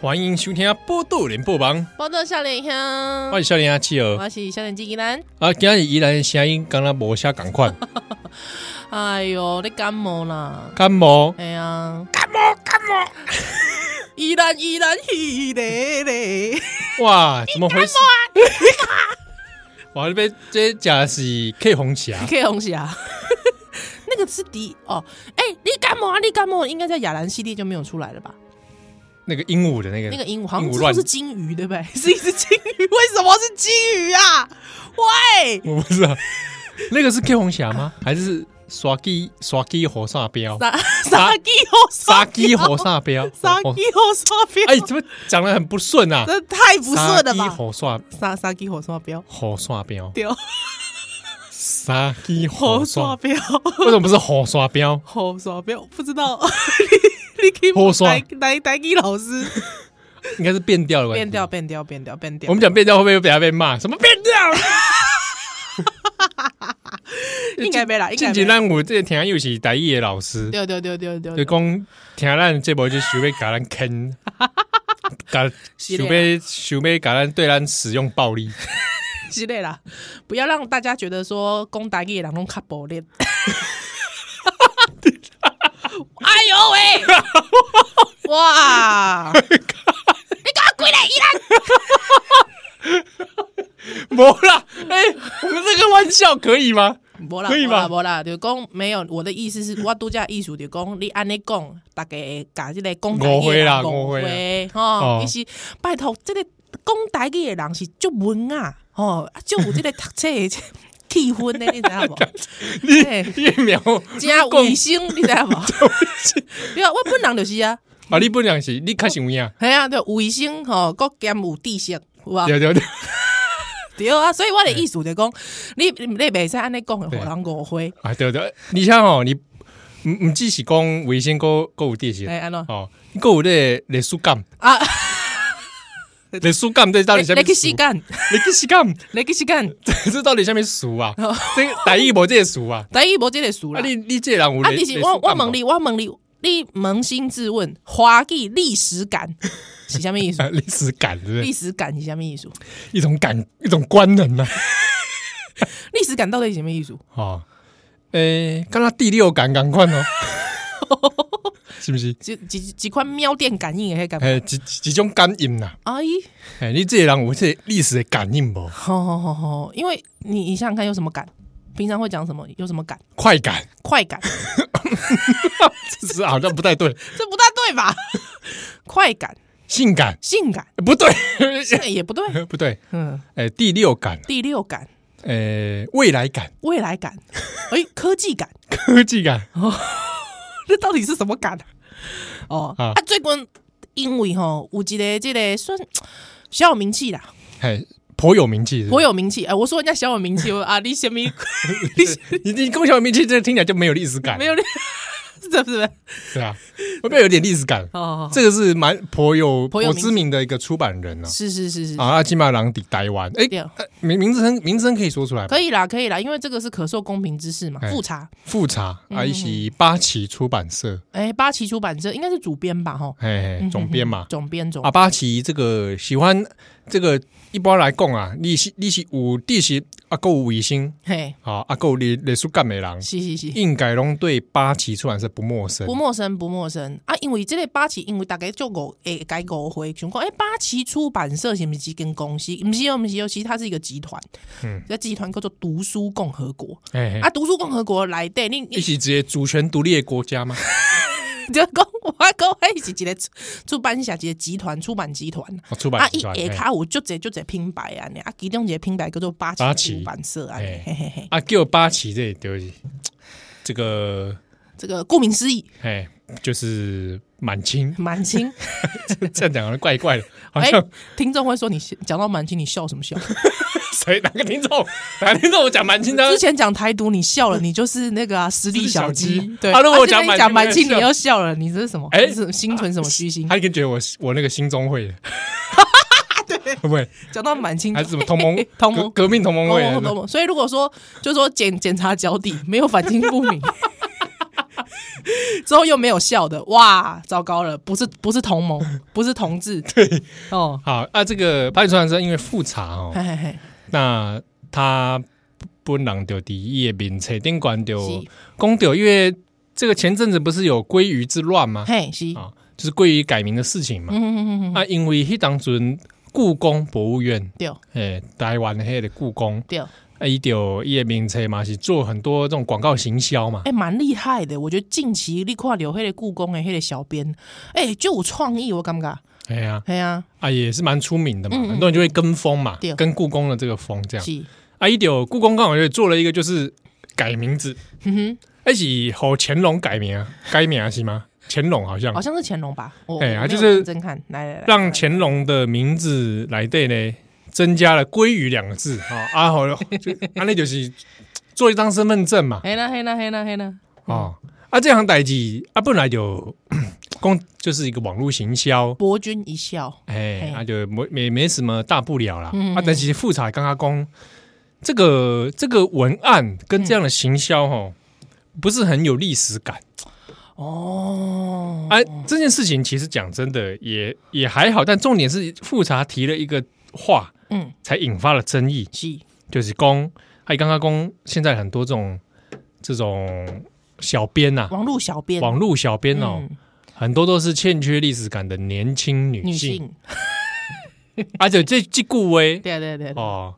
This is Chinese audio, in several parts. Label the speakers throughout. Speaker 1: 欢迎收听《波豆联播网》，
Speaker 2: 报道笑脸香
Speaker 1: 我，是少年阿七儿
Speaker 2: 嗯我是笑脸机器人。
Speaker 1: 啊，今日依然声音刚刚无啥赶 快，
Speaker 2: 哎呦，你感冒啦？
Speaker 1: 感冒
Speaker 2: 哎呀，感冒感冒，依然依然稀咧咧。
Speaker 1: 哇，怎么回事？
Speaker 2: 啊
Speaker 1: 哇，这边这假是 K 红霞，
Speaker 2: K 红霞， 那个是迪哦。哎、你感冒啊？你感冒应该在亚兰系列就没有出来了吧？
Speaker 1: 那个鹦鹉的那个
Speaker 2: 那个鹦鹉好
Speaker 1: 鹦
Speaker 2: 像
Speaker 1: 鹉
Speaker 2: 知
Speaker 1: 乱
Speaker 2: 道是金鱼，对不
Speaker 1: 嗯
Speaker 2: 对？是一只金鱼，为什么是金鱼啊？喂，
Speaker 1: 我不知道，那个是 K 红霞吗？ 还是刷鸡刷鸡火煞标？
Speaker 2: 傻傻鸡好
Speaker 1: 杀鸡火煞标？
Speaker 2: 傻
Speaker 1: 哦
Speaker 2: 鸡好 刷标，
Speaker 1: 哎，怎么讲的很不顺啊？
Speaker 2: 这太 不顺了
Speaker 1: 杀鸡
Speaker 2: 吧？
Speaker 1: 火煞
Speaker 2: 傻傻鸡好刷标，
Speaker 1: 火煞 标，
Speaker 2: 对，
Speaker 1: 杀鸡火
Speaker 2: 好刷
Speaker 1: 煞，
Speaker 2: 标，
Speaker 1: 为什么不是火刷标？
Speaker 2: 好刷标，不知道。你你可以
Speaker 1: 好刷
Speaker 2: 来来来，给老师
Speaker 1: 应该是变调的关系
Speaker 2: 变调，变调，变调，变调
Speaker 1: 我。们讲变调会不会被他被骂？什么变调？
Speaker 2: 应该没 啦，应该
Speaker 1: 近
Speaker 2: 没
Speaker 1: 前
Speaker 2: 啦。
Speaker 1: 咱有这个听又是台语的老师，
Speaker 2: 对对对对对
Speaker 1: 就
Speaker 2: 对，
Speaker 1: 讲听咱这部就想要甲咱 坑，甲
Speaker 2: 是
Speaker 1: 想
Speaker 2: 的啊
Speaker 1: 要想要甲咱对咱使用暴 力，
Speaker 2: 之类啦，不要让大家觉得说攻打给人拢卡薄烈。哎呦喂！哇！你给我滚来！依兰，
Speaker 1: 没啦，哎，我们这个玩笑可以 吗？
Speaker 2: 无啦，
Speaker 1: 可以
Speaker 2: 没啦
Speaker 1: 吧
Speaker 2: 没啦，就讲没有。我的意思 是，我度假艺术就讲，你安尼讲，大家会把这个讲台
Speaker 1: 误
Speaker 2: 语的
Speaker 1: 会啦
Speaker 2: 人误
Speaker 1: 误
Speaker 2: 会
Speaker 1: 哦
Speaker 2: 吼。其实拜托，这个讲台语的人是足文啊，吼，啊足有这个读册的这气氛的，你 知道无？
Speaker 1: 你
Speaker 2: 哎
Speaker 1: 一秒
Speaker 2: 加卫生，你知 道无？ 对啊，我本人就是啊，
Speaker 1: 啊，你不良是，你较想有影，
Speaker 2: 系啊，对卫生吼，佮兼有知识，有啊，
Speaker 1: 对对对，
Speaker 2: 对啊，所以我的意思就讲，你你袂使安尼讲，互
Speaker 1: 对
Speaker 2: 人误会，
Speaker 1: 啊对对，你像吼你。唔唔，只是讲卫生够够有底
Speaker 2: 哎
Speaker 1: 线
Speaker 2: 安怎
Speaker 1: 哦，够有咧历史感
Speaker 2: 啊，
Speaker 1: 历史感这到底
Speaker 2: 你
Speaker 1: 什 么意
Speaker 2: 你哎去
Speaker 1: 思
Speaker 2: 时？间，
Speaker 1: 历史 感，
Speaker 2: 你去 时间，
Speaker 1: 这到底下面俗啊？
Speaker 2: 哦
Speaker 1: 这个台语无这个俗 啊？
Speaker 2: 第一无即个事
Speaker 1: 啊
Speaker 2: 啦。
Speaker 1: 你你这个人有
Speaker 2: 啊，
Speaker 1: 历
Speaker 2: 其实
Speaker 1: 历
Speaker 2: 我
Speaker 1: 史感
Speaker 2: 我
Speaker 1: 吗
Speaker 2: 问你，我问你，你扪心自问，华语历史感 是啥物意思？
Speaker 1: 啊历史感 对不对？
Speaker 2: 历史感是啥物意思？
Speaker 1: 一种感，一种官能呐。
Speaker 2: 历史感到底是啥物意思？
Speaker 1: 哦，诶，跟他第六感感 官哦，是不是？
Speaker 2: 一一一款喵电感应的迄感觉。
Speaker 1: 诶，几几种感应呐？
Speaker 2: 哎，
Speaker 1: 诶，你这个人有这个历史的感应不？
Speaker 2: 好好好好，因为你你想想看有什么感，平常会讲什么，有什么感，
Speaker 1: 快 感，
Speaker 2: 快感，
Speaker 1: 这是好像不太对。
Speaker 2: 这不大对吧？快感、
Speaker 1: 性感
Speaker 2: 性感，
Speaker 1: 诶不对，
Speaker 2: 这个也不对。
Speaker 1: 不对。
Speaker 2: 嗯，
Speaker 1: 诶，第六感，
Speaker 2: 第六感、
Speaker 1: 诶，未来感，
Speaker 2: 未来感，哎，科技感，
Speaker 1: 科技感，
Speaker 2: 哦 这到底是什么感啊？哦，
Speaker 1: 啊
Speaker 2: 啊，最近因为吼，有一个这个算小有名气啦，
Speaker 1: 诶，颇有名气。是不
Speaker 2: 我
Speaker 1: 是
Speaker 2: 有名气，哎，我说人家小有 名气，我啊，你什么
Speaker 1: 你 你共享有名气，这听起来就没有历史感，
Speaker 2: 没有， 是不是？
Speaker 1: 对啊，会不会有点历史感？
Speaker 2: 哦，
Speaker 1: 这个是蛮颇有
Speaker 2: 颇有
Speaker 1: 颇
Speaker 2: 名
Speaker 1: 知名的一个出版人呢、
Speaker 2: 是是是是
Speaker 1: 啊。，啊，阿基马朗抵台湾，哎、
Speaker 2: 对
Speaker 1: 呃名名称名称可以说出来吧？
Speaker 2: 可以啦，可以啦，因为这个是可受公平之事嘛，
Speaker 1: 哎
Speaker 2: 复查。
Speaker 1: 复查
Speaker 2: 嗯
Speaker 1: 啊，一起八旗出版社，
Speaker 2: 哎，八旗出版社应该是主编吧？吼，
Speaker 1: 哎、总编嘛，
Speaker 2: 总编总
Speaker 1: 啊，八旗这个喜欢这个一般来讲啊，你是你是有地是啊，够有卫星
Speaker 2: 嘿，
Speaker 1: 啊，啊够历历史干美郎，
Speaker 2: 是是是，
Speaker 1: 应该拢对八旗出版社不陌生
Speaker 2: 不，陌生不陌生啊，因为这个八旗，因为大家就误诶该误会，想讲诶哎八旗出版社是不是一间公司？不是哦，不是哦，其实它是一个集团，
Speaker 1: 嗯
Speaker 2: 嗯，这集团叫做读书共和国
Speaker 1: 哎、哎
Speaker 2: 啊，读书共和国来对，你
Speaker 1: 一
Speaker 2: 你
Speaker 1: 起直接主权独立的国家吗？
Speaker 2: 就讲我讲我是一个出出版社一个集团出版集团
Speaker 1: 哦出
Speaker 2: 啊
Speaker 1: 版，
Speaker 2: 伊
Speaker 1: 集团，
Speaker 2: 下
Speaker 1: 哎
Speaker 2: 卡有就这就这品牌啊，啊，其中一个品牌叫做八
Speaker 1: 八
Speaker 2: 旗
Speaker 1: 旗
Speaker 2: 出版社啊，
Speaker 1: 哎
Speaker 2: 嘿嘿嘿，
Speaker 1: 啊，给我八旗这里就是这个，
Speaker 2: 这个顾名思义，，
Speaker 1: 哎，就是满清
Speaker 2: 满清。
Speaker 1: 这样讲好像怪怪的，好
Speaker 2: 哎
Speaker 1: 像，
Speaker 2: 听众会说你讲到满清，你笑什么笑？
Speaker 1: 谁、哪个听众， 哪个听众我讲满清的
Speaker 2: 之，前讲台独，你笑了，你就是那个啊，实力小
Speaker 1: 嗯实力
Speaker 2: 鸡
Speaker 1: 小鸡。
Speaker 2: 对，
Speaker 1: 啊如果我
Speaker 2: 啊现在
Speaker 1: 讲满清
Speaker 2: 讲满清，
Speaker 1: 我也笑
Speaker 2: 你又笑了，你这是什么？
Speaker 1: 哎
Speaker 2: 哎，是心存什么 虚心？
Speaker 1: 他可能觉得我是我那个新中会的，对，会不会
Speaker 2: 讲到满清哦
Speaker 1: 还，是什么同盟
Speaker 2: 同盟
Speaker 1: 革革命同盟会啊
Speaker 2: 懂懂懂。所以如果说，就说检检查脚底没有反清复明， 之后又没有笑的，哇，糟糕了，不是不是同盟， 不是同志，对，哦，
Speaker 1: 好啊，这个巴黎出版社因为复查哦，
Speaker 2: 嘿嘿嘿，
Speaker 1: 那他本人就第一面册顶管就是公掉，因为这个前阵子不是有鲑鱼之乱吗？
Speaker 2: 嘿是，
Speaker 1: 啊，就是鲑鱼改名的事情嘛。
Speaker 2: 嗯嗯嗯嗯，
Speaker 1: 啊，因为迄当阵故宫博物院，
Speaker 2: 对
Speaker 1: 诶、台湾的迄个故宫，
Speaker 2: 对，
Speaker 1: 啊，伊就伊的名册嘛是做很多这种广告行销嘛。
Speaker 2: 哎，蛮厉害的，我觉得近期你看有黑的故宫的黑的小编，哎，就有创意，我感觉，
Speaker 1: 哎呀、
Speaker 2: 哎呀，
Speaker 1: 啊，也是蛮出名的嘛，
Speaker 2: 嗯嗯
Speaker 1: 很多人就会跟风嘛
Speaker 2: 对，
Speaker 1: 跟故宫的这个风这样。
Speaker 2: 是，
Speaker 1: 啊，伊就故宫刚好就做了一个就是改名字，
Speaker 2: 嗯
Speaker 1: 而且和乾隆改名，啊改名是吗？乾隆好像
Speaker 2: 哼，好像是乾隆吧，我
Speaker 1: 嗯哎啊
Speaker 2: 我没
Speaker 1: 就
Speaker 2: 有
Speaker 1: 是
Speaker 2: 认真看，来来来，
Speaker 1: 让乾隆的名字来对呢，增加了“鲑鱼”两个字啊，啊好，就 啊那就是做一张身份证嘛，
Speaker 2: 嘿啦嘿啦嘿啦嘿啦，
Speaker 1: 哦，啊这行代志啊本来就 公就是一个网络行销，
Speaker 2: 博君一笑，
Speaker 1: 哎
Speaker 2: 嘿，
Speaker 1: 啊就没没没什么大不了啦，
Speaker 2: 嗯
Speaker 1: 啊但是复查刚刚公这个这个文案跟这样的行销
Speaker 2: 嗯
Speaker 1: 哦，不是很有历史感。
Speaker 2: 哦，
Speaker 1: 哎、这件事情其实讲真的也也还好，但重点是复查提了一个话，
Speaker 2: 嗯，
Speaker 1: 才引发了争议，
Speaker 2: 是，
Speaker 1: 就是公，还有刚刚公现在很多这种这种小编呐、
Speaker 2: 网络小编，
Speaker 1: 网络小编哦，
Speaker 2: 嗯
Speaker 1: 很多都是欠缺历史感的年轻女
Speaker 2: 女
Speaker 1: 性，
Speaker 2: 性，
Speaker 1: 而且这这句威
Speaker 2: 对对对，对
Speaker 1: 哦，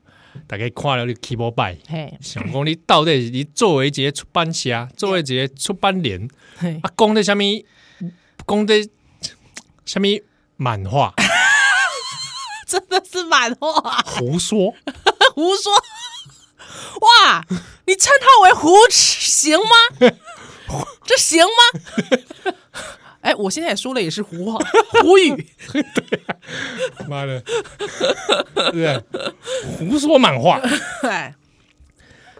Speaker 1: 大概看了你 keyboard 拜。
Speaker 2: 嘿，
Speaker 1: 想讲你到底是你作为一个出版社，作为一个出版人，
Speaker 2: 嘿，
Speaker 1: 啊，讲的什么？讲的什么漫 画？
Speaker 2: 真的是满话，
Speaker 1: 胡说！
Speaker 2: 胡说。哇，你称他为胡行吗？ 这行吗？哎，我现在也说了也是胡话，胡语。
Speaker 1: 妈的， 对不对，胡说漫画，
Speaker 2: 哎，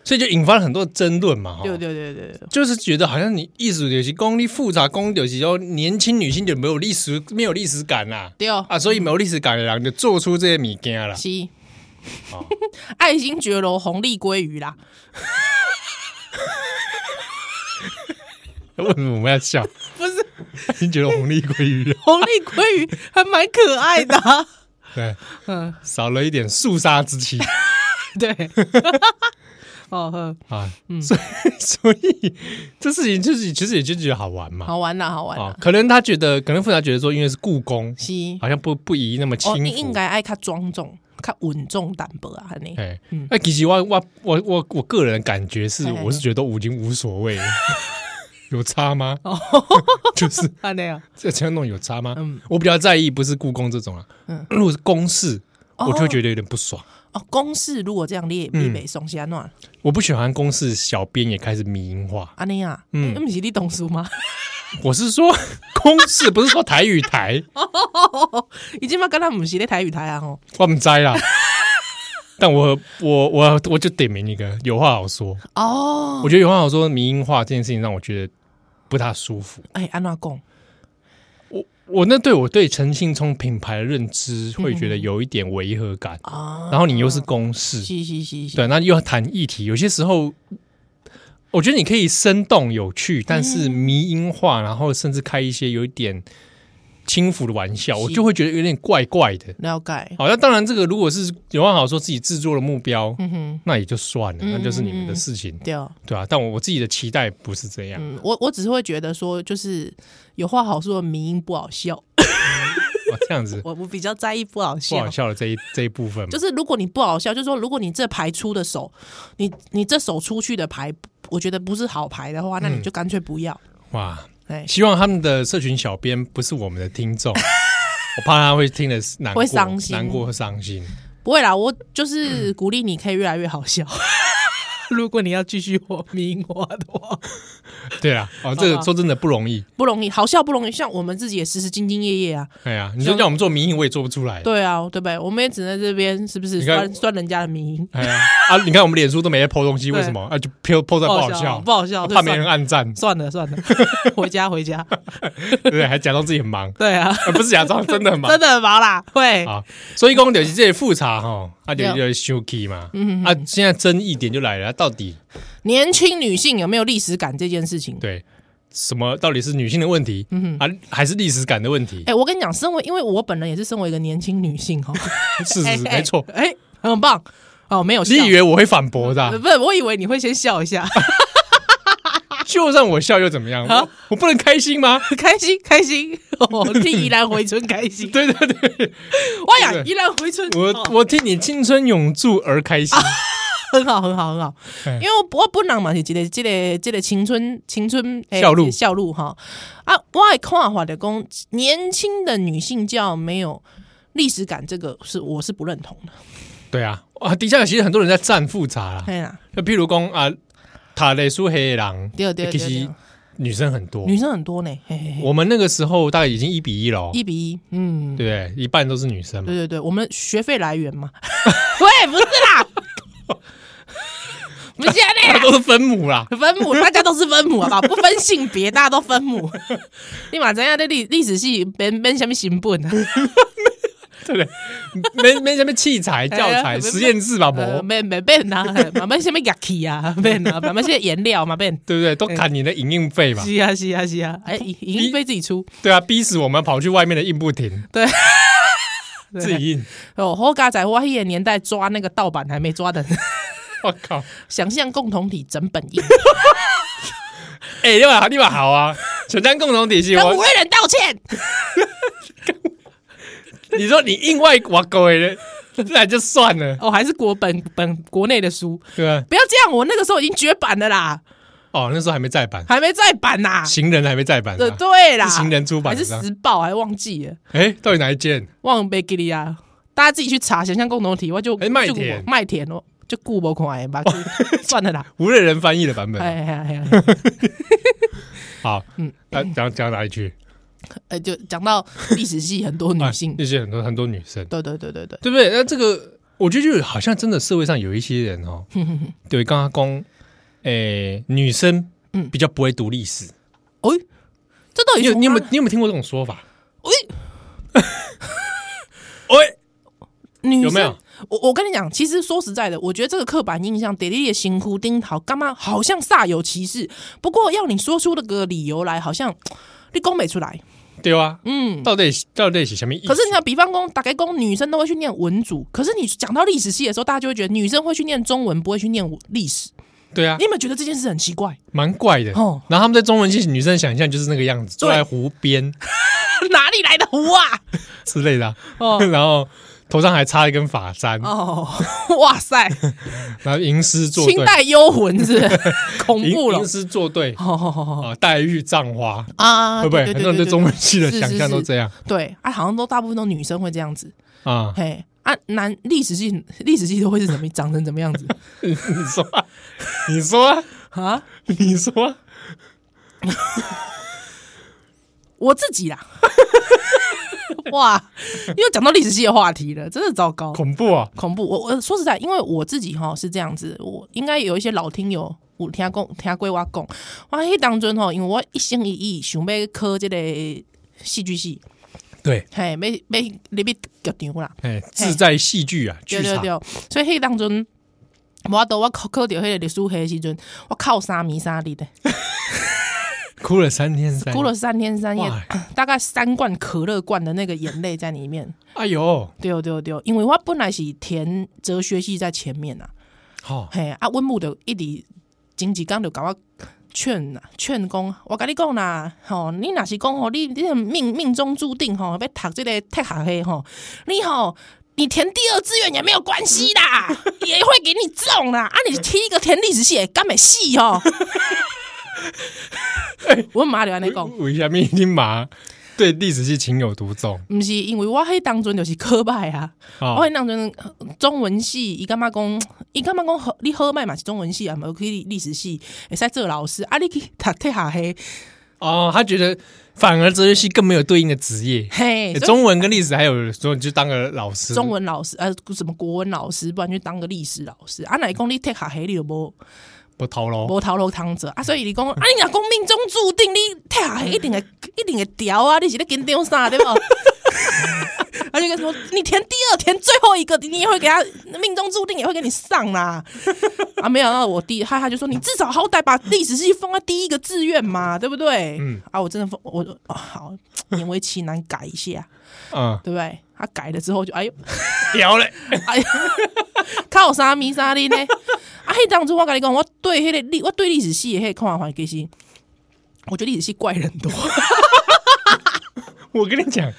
Speaker 1: 所以就引发了很多争论嘛。哈
Speaker 2: 对对对对对，
Speaker 1: 就是觉得好像你艺术有些功力复杂，功力有些后年轻女性就没有历史，没有历史感啦、
Speaker 2: 对哦
Speaker 1: 啊，所以没有历史感的人就做出这些啊物件 啦。
Speaker 2: 七
Speaker 1: 哦，
Speaker 2: 爱新觉罗红利鲑鱼啦，
Speaker 1: 为什么我们要笑？
Speaker 2: 不是
Speaker 1: 你觉得红利归于
Speaker 2: 红利鲑鱼还蛮可爱的啊、
Speaker 1: 对，
Speaker 2: 嗯，
Speaker 1: 少了一点肃杀之气
Speaker 2: 对， 哦呵，
Speaker 1: 啊。所以 所以这事情就是其实也就觉得好玩嘛。
Speaker 2: 好玩啦，好玩啦
Speaker 1: 啊，，可能他觉得，可能复杂觉得说，因为是故宫，
Speaker 2: 是
Speaker 1: 好像不不宜那么轻
Speaker 2: 哦，
Speaker 1: 浮。
Speaker 2: 你应该爱较庄重、较稳重淡薄啊，安尼。
Speaker 1: 哎
Speaker 2: 嗯，
Speaker 1: 哎，其实我我我我我个人的感觉是
Speaker 2: 哎，
Speaker 1: 我是觉得已经无所 谓了，有差吗？
Speaker 2: 哦
Speaker 1: 就是
Speaker 2: 安尼啊，
Speaker 1: 这这样弄有差吗？
Speaker 2: 嗯
Speaker 1: 我比较在意不是故宫这种啊
Speaker 2: 嗯，
Speaker 1: 如果是公事，
Speaker 2: 哦
Speaker 1: 我就会觉得有点不爽。
Speaker 2: 哦，公事如果这样，你也你袂爽是安怎？
Speaker 1: 我不喜欢公事，小编也开始迷音化。
Speaker 2: 安尼啊，
Speaker 1: 嗯
Speaker 2: 嗯，毋是你懂事吗？
Speaker 1: 我是说公事，不是说台语台，
Speaker 2: 哦伊即嘛敢若毋是咧台语台啊吼。
Speaker 1: 我们摘啦。但我我我我就点名一个，有话好说。
Speaker 2: 哦，
Speaker 1: 我觉得有话好说，迷音化这件事情让我觉得不大舒服。
Speaker 2: 哎，安怎讲？
Speaker 1: 我我那对我对陈信聪品牌的认知会觉得有一点违和感，
Speaker 2: 啊，
Speaker 1: 然后你又是公事，
Speaker 2: 嗯是是是是，
Speaker 1: 对，那又要谈议题，有些时候我觉得你可以生动有趣，但是迷音化，然后甚至开一些有一点轻浮的玩笑，
Speaker 2: 是
Speaker 1: 我就会觉得有点怪怪的。
Speaker 2: 了解。
Speaker 1: 好，那当然，这个如果是有办法说自己制作的目标，
Speaker 2: 嗯哼，
Speaker 1: 那也就算了，
Speaker 2: 嗯
Speaker 1: 那就是你们的事情，
Speaker 2: 对。
Speaker 1: 对啊。但我我自己的期待不是这样，
Speaker 2: 嗯，我我只是会觉得说，就是有话好说，民音不好笑。
Speaker 1: 哇这样子
Speaker 2: 我我比较在意不好
Speaker 1: 不
Speaker 2: 笑
Speaker 1: 好。笑的这一这一部分嘛
Speaker 2: 就。是如果你不好笑，就是说如果你这牌出的手，你你这手出去的牌，我觉得不是好牌的话，那你就干脆不要。
Speaker 1: 哇，
Speaker 2: 哎，
Speaker 1: 希望他们的社群小编不是我们的听 众，我怕他会听的难过，
Speaker 2: 会伤心
Speaker 1: 难过和伤心。
Speaker 2: 不会啦，我就是鼓励你可以越来越好笑。嗯 如果你要继续活民化的话，
Speaker 1: 对啦，哦，这
Speaker 2: 好
Speaker 1: 个
Speaker 2: 吧
Speaker 1: 说真的不容易。
Speaker 2: 不容易，好笑不容易。像我们自己也时时兢兢业业啊，
Speaker 1: 哎呀，你说叫我们做民意，我也做不出来。
Speaker 2: 对啊，对不对？我们也只能在这边是不是
Speaker 1: 你看
Speaker 2: 酸酸人家的名？
Speaker 1: 哎呀，啊，你看我们脸书都没在 PO 东西，
Speaker 2: 对
Speaker 1: 为什么？啊，就 PO PO 在不好笑，
Speaker 2: 不好笑，
Speaker 1: 怕
Speaker 2: 就
Speaker 1: 没
Speaker 2: 算
Speaker 1: 人
Speaker 2: 了
Speaker 1: 暗赞，
Speaker 2: 算了算了， 回家回家。
Speaker 1: 对不对？还假装自己很 忙，
Speaker 2: 对啊，
Speaker 1: 啊、不是假装，真的很忙
Speaker 2: 真。的很忙啦，会
Speaker 1: 啊，所以讲就是这些复查哈，啊就就
Speaker 2: 对
Speaker 1: 生气嘛，
Speaker 2: 嗯
Speaker 1: 啊，现在争议点就来了，到底
Speaker 2: 年轻女性有没有历史感这件事情？
Speaker 1: 对什么到底是女性的问题，
Speaker 2: 嗯
Speaker 1: 啊，还是历史感的问题？
Speaker 2: 哎、我跟你讲，身为因为我本人也是身为一个年轻女性哈，
Speaker 1: 是 是是，
Speaker 2: 哎
Speaker 1: 没错。
Speaker 2: 哎、很棒哦，没有笑，
Speaker 1: 你以为我会反驳的啊、
Speaker 2: 呃不是？我以为你会先笑一下，
Speaker 1: 就算我笑又怎么 样？我我不能开心吗？
Speaker 2: 开心开心，哦、替宜兰回春开 心。
Speaker 1: 对对对，
Speaker 2: 哇呀，
Speaker 1: 对
Speaker 2: 宜兰回春，
Speaker 1: 我
Speaker 2: 哦
Speaker 1: 我替你青春永驻而开心。
Speaker 2: 很好，很好，很好。
Speaker 1: 哎
Speaker 2: 因为我我本人嘛是一个、这个、这个青春、青春诶
Speaker 1: 笑路
Speaker 2: 笑路哈啊，我的看法的讲，年轻的女性教没有历史感，这个是我是不认同的。
Speaker 1: 对啊，啊，底下其实很多人在站复查啦，
Speaker 2: 对啦，
Speaker 1: 就譬如讲啊，塔雷苏黑狼，
Speaker 2: 对对
Speaker 1: 欸其
Speaker 2: 对
Speaker 1: 实
Speaker 2: 对，
Speaker 1: 女生很多。
Speaker 2: 女生很多呢，嘿嘿嘿，
Speaker 1: 我们那个时候大概已经一比一了哦，
Speaker 2: 一比一，嗯，对
Speaker 1: 对不对？一半都是女生嘛。
Speaker 2: 对对，我们学费来源嘛，喂，不是啦，不是
Speaker 1: 他
Speaker 2: 嘞。
Speaker 1: 都是分母啦。
Speaker 2: 分母，大家都是分母，好不好？不分性别，大家都分母。你嘛怎样的历历史系编编什么新本啊？
Speaker 1: 对不 对？没没什么器材、教
Speaker 2: 哎
Speaker 1: 材、
Speaker 2: 呀
Speaker 1: 实验室吧，
Speaker 2: 呃
Speaker 1: 啊不，
Speaker 2: 免免免啦，嘿慢慢什么乐器啊， 免啊，慢慢些颜料嘛，免。
Speaker 1: 对不对？都砍你的营运费嘛，
Speaker 2: 是啊，是啊，是啊，哎，影影音费自己出，
Speaker 1: 对啊，逼死我们跑去外面的印不停，
Speaker 2: 对，
Speaker 1: 自己印，
Speaker 2: 哦，好嘎仔，我迄个年代抓那个盗版还没抓的，
Speaker 1: 我靠，
Speaker 2: 想象共同体整本印，
Speaker 1: 哎，你把你把好啊，全单共同体系，
Speaker 2: 跟
Speaker 1: 我
Speaker 2: 五位人道歉，
Speaker 1: 你说你印外国狗的，那就算了，
Speaker 2: 哦，还是国本本国内的书，
Speaker 1: 对吧？
Speaker 2: 不要这样，我那个时候已经绝版了啦，
Speaker 1: 哦，那时候还没再版，
Speaker 2: 还没再版呐，
Speaker 1: 行人还没再版啊，
Speaker 2: 啊对对啦，
Speaker 1: 是行人出版
Speaker 2: 还
Speaker 1: 的
Speaker 2: 是时报，还忘记了，
Speaker 1: 哎，到底哪一件？
Speaker 2: 忘了贝吉利亚，大家自己去查想象共同体，我就
Speaker 1: 哎麦
Speaker 2: 就
Speaker 1: 田
Speaker 2: 麦田哦，就顾不看的吧，就算了啦。
Speaker 1: 无论人翻译的版本，
Speaker 2: 哎嗯哎哎哎，
Speaker 1: 好，那讲讲哪里去？
Speaker 2: 呃，就讲到历史系很嗯多女性
Speaker 1: 啊，那些很多很多女生，
Speaker 2: 对对对对对，
Speaker 1: 对不对？那这个，我觉得就好像真的社会上有一些人 哦，对，刚刚讲，诶，女生
Speaker 2: 嗯
Speaker 1: 比较不会读历史，
Speaker 2: 哎，这到底
Speaker 1: 你有
Speaker 2: 从
Speaker 1: 你有没有
Speaker 2: 哪
Speaker 1: 你有没有听过这种说法？
Speaker 2: 哎
Speaker 1: 喂，
Speaker 2: 女
Speaker 1: 有
Speaker 2: 生
Speaker 1: 没有？
Speaker 2: 我我跟你讲，其实说实在的，我觉得这个刻板印象，得力的辛苦丁桃干嘛，好像煞有其事。不过要你说出那个理由来，好像你讲不出来。
Speaker 1: 对啊，
Speaker 2: 嗯，
Speaker 1: 到底到底是什么意思？
Speaker 2: 可是你看，比方说，大概讲女生都会去念文组，可是你讲到历史系的时候，大家就会觉得女生会去念中文，不会去念历史。
Speaker 1: 对啊
Speaker 2: 你，有没有觉得这件事很奇怪？
Speaker 1: 蛮怪的。
Speaker 2: 哦，
Speaker 1: 然后他们在中文系女生想象就是那个样子，坐在湖 边
Speaker 2: 哪里来的胡啊？
Speaker 1: 之类的啊，
Speaker 2: 哦
Speaker 1: 然后头上还插一根发簪，
Speaker 2: 哦， 哇塞！
Speaker 1: 然后吟诗作
Speaker 2: 清
Speaker 1: 对，
Speaker 2: 代幽魂是 不是恐
Speaker 1: 吟
Speaker 2: 怖了哦
Speaker 1: 吟。诗作对
Speaker 2: 好好好好
Speaker 1: 啊，黛玉葬花，
Speaker 2: 啊，
Speaker 1: 会不会？
Speaker 2: 对
Speaker 1: 很
Speaker 2: 对
Speaker 1: 多人
Speaker 2: 对对
Speaker 1: 对
Speaker 2: 对
Speaker 1: 中文系的
Speaker 2: 是
Speaker 1: 想
Speaker 2: 是
Speaker 1: 象都
Speaker 2: 是
Speaker 1: 这样
Speaker 2: 对啊，好像都大部分都女生会这样子。
Speaker 1: 啊。
Speaker 2: 嘿啊，男历史系历史系都会是怎么长成怎么样子
Speaker 1: 你说啊，你说啊，
Speaker 2: 啊？
Speaker 1: 你说啊，
Speaker 2: 我自己啦， 哇，又讲到历史系的话题了，真的糟糕。
Speaker 1: 恐怖啊！
Speaker 2: 恐怖，我我说实在，因为我自己哈是这样子，我应该有一些老听友有听讲听过我讲，我迄当中吼，因为我一心一意想要考这个戏剧系，
Speaker 1: 对，
Speaker 2: 嘿，要要入去剧场啦，
Speaker 1: 哎，志在戏剧啊，剧
Speaker 2: 对对
Speaker 1: 场
Speaker 2: 对，所以迄当阵，我都我考考到迄个历史系的时阵，我靠三米三日的，
Speaker 1: 哭了三天三夜，
Speaker 2: 哭了三天三夜
Speaker 1: 哇，
Speaker 2: 大概三罐可乐罐的那个眼泪在里面。
Speaker 1: 哎呦，
Speaker 2: 对对对，因为我本来是填哲学系在前面呐、啊，
Speaker 1: 好，
Speaker 2: 嘿啊，温木的一直前几刚就甲我劝呐、啊劝讲，我跟你讲啦，吼、你若是讲吼，你你的命命中注定吼、要读这个特学嘿吼，你吼、你填第二志愿也没有关系啦，也会给你中啦。啊，你第一个填历史系，干美系哦。我妈就安尼讲，
Speaker 1: 为什么一定麻？对历史系情有独钟
Speaker 2: 毋是因为我迄当阵就是科拜啊，
Speaker 1: 啊
Speaker 2: 我！迄当阵呃中文系，伊感觉讲，伊感觉讲好，你好歹嘛是中文系啊，无去历史系，会使做老师啊，你去读退下嘿，
Speaker 1: 哦，他觉得反而哲学系更没有对应的职业，哎
Speaker 2: 嘿，所以
Speaker 1: 中文跟历史还有，所以你就当个老师，
Speaker 2: 中文老师呃什么国文老师，不然就当个历史老师啊，若是讲你退下嘿，你就无
Speaker 1: 不逃喽。
Speaker 2: 无头路通做啊，所以你讲啊，你若讲命中注定，你退下嘿一定会一定会调啊，你是咧紧张啥对无？啊，就跟说你填第二，填最后一个，你也会给他命中注定也会给你上啦。啊，没想到我第他他就说你至少好歹把历史系放在第一个志愿嘛，对不对？
Speaker 1: 嗯
Speaker 2: 啊，我真的放我哦好勉为其难改一下，
Speaker 1: 啊，
Speaker 2: 对不对？他改了之后就哎呦。
Speaker 1: 聊嘞，
Speaker 2: 哎呀， 靠啥迷啥哩呢？啊，迄当初我跟你讲，我对迄、个历，我对历史系的迄个看法其实，我觉得历史系怪人 多，
Speaker 1: 我跟你讲，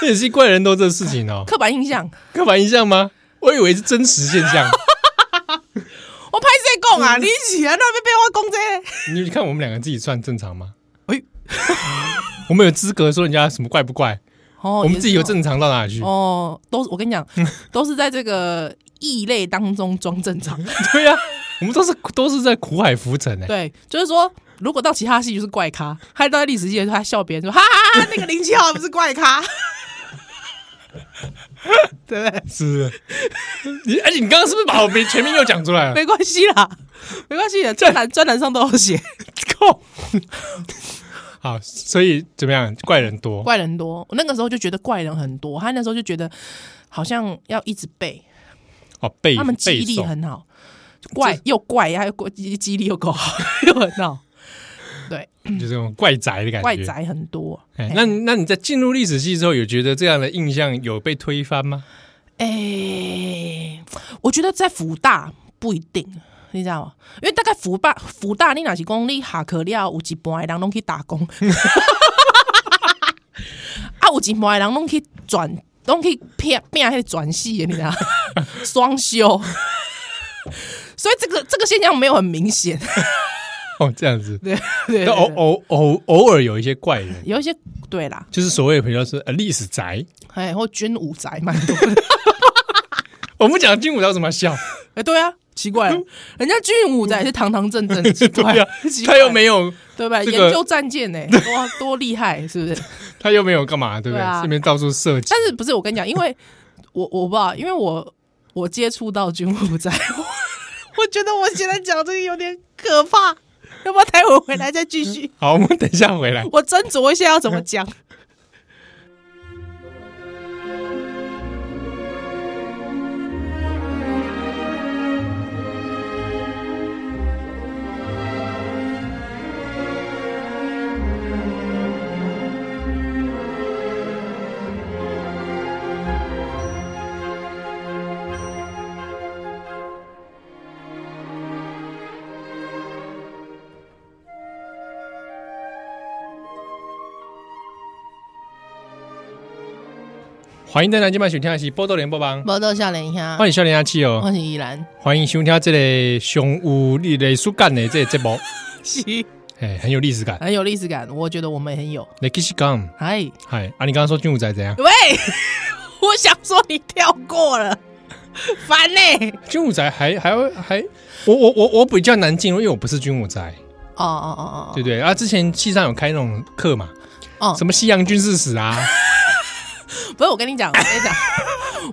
Speaker 1: 这也是怪人多这事情哦，
Speaker 2: 刻板印象。
Speaker 1: 刻板印象吗？我以为是真实现 象，
Speaker 2: 我拍谁讲
Speaker 1: 嗯
Speaker 2: 啊？你是安那边被我讲这
Speaker 1: 你看我们两个自己算正常吗？
Speaker 2: 哎
Speaker 1: 我们有资格说人家什么怪不怪？
Speaker 2: 个哦
Speaker 1: 我们自己有
Speaker 2: 这
Speaker 1: 正常到哪里去？
Speaker 2: 哦，都是我跟你讲，都是在这个异类当中装正 常。
Speaker 1: 对呀、我们都是都是在苦海浮沉哎、
Speaker 2: 对，就是说，如果到其他系就是怪咖，还到历史系的时候他笑别人说，哈哈哈，那个零七号不是 怪咖， 对不对？
Speaker 1: 是 不是？你而且你刚刚是不是把我名全名又讲出来了？
Speaker 2: 没关系啦，没关系的，专栏专栏上都有写，
Speaker 1: 靠！好，所以怎么样？怪人多，
Speaker 2: 怪人多。我那个时候就觉得怪人很多，他那时候就觉得好像要一直背，
Speaker 1: 哦，背
Speaker 2: 他们记
Speaker 1: 背
Speaker 2: 忆力
Speaker 1: 诵
Speaker 2: 很好，怪又怪，还有记记忆力又够好， 又很好，对，
Speaker 1: 就是这种怪宅的感觉。
Speaker 2: 怪宅很多。
Speaker 1: 哎
Speaker 2: 哎，
Speaker 1: 那你那你在进入历史系之后，有觉得这样的印象有被推翻吗？
Speaker 2: 哎、我觉得在福大不一定，你知道吗？因为大概福大福大，你若是讲你下课了，有一半的人拢去打工， 啊，有一半的人拢去转，拢去拼拼迄个转系的，你知道吗？ 双修，所以这个这个现象没有很明显，
Speaker 1: 哦，这样子，
Speaker 2: 对对
Speaker 1: 但偶偶偶偶尔有一些怪人，
Speaker 2: 有一些对啦，
Speaker 1: 就是所谓的比较是呃历史宅。
Speaker 2: 哎，或捐五宅蛮多的，
Speaker 1: 我们讲金武道怎么 笑？
Speaker 2: 哎，对啊。奇怪了，人家军武宅也是堂堂正正，奇
Speaker 1: 对
Speaker 2: 怪
Speaker 1: 呀、
Speaker 2: 奇怪
Speaker 1: 他又没有
Speaker 2: 对吧？
Speaker 1: 这个
Speaker 2: 研究战舰 呢、多多厉害，是 不是？
Speaker 1: 他又没有干嘛，对不
Speaker 2: 对啊
Speaker 1: 对？这边到处设计，
Speaker 2: 但是不是我跟你讲，因为我我不知道，因为我我接触到军火仔，我 我觉得我现在讲这个有点可怕，要不要待会回来再继续？
Speaker 1: 好，我们等一下回来。
Speaker 2: 我斟酌一下要怎么讲。
Speaker 1: 欢迎大家今晚收听的是《波多连播帮》，
Speaker 2: 报道笑脸一下
Speaker 1: 欢迎笑脸阿七哦，
Speaker 2: 我是依然，
Speaker 1: 欢迎收听这个熊武历历史感的这个节目，
Speaker 2: 是
Speaker 1: 哎，很有历史感。
Speaker 2: 很有历史感，我觉得我们也很有。
Speaker 1: 历史感，
Speaker 2: 哎，
Speaker 1: 嗨，啊，你刚刚说军武宅怎样？
Speaker 2: 喂， 我想说你跳过了，烦欸呢、
Speaker 1: 军武宅还还会还，我我我我比较难进入，因为我不是军武宅，
Speaker 2: 哦哦哦
Speaker 1: 对不对？啊，之前系上有开那种课嘛，
Speaker 2: 哦
Speaker 1: 什么西洋军事史啊，
Speaker 2: 不是，我跟你讲，我跟你讲，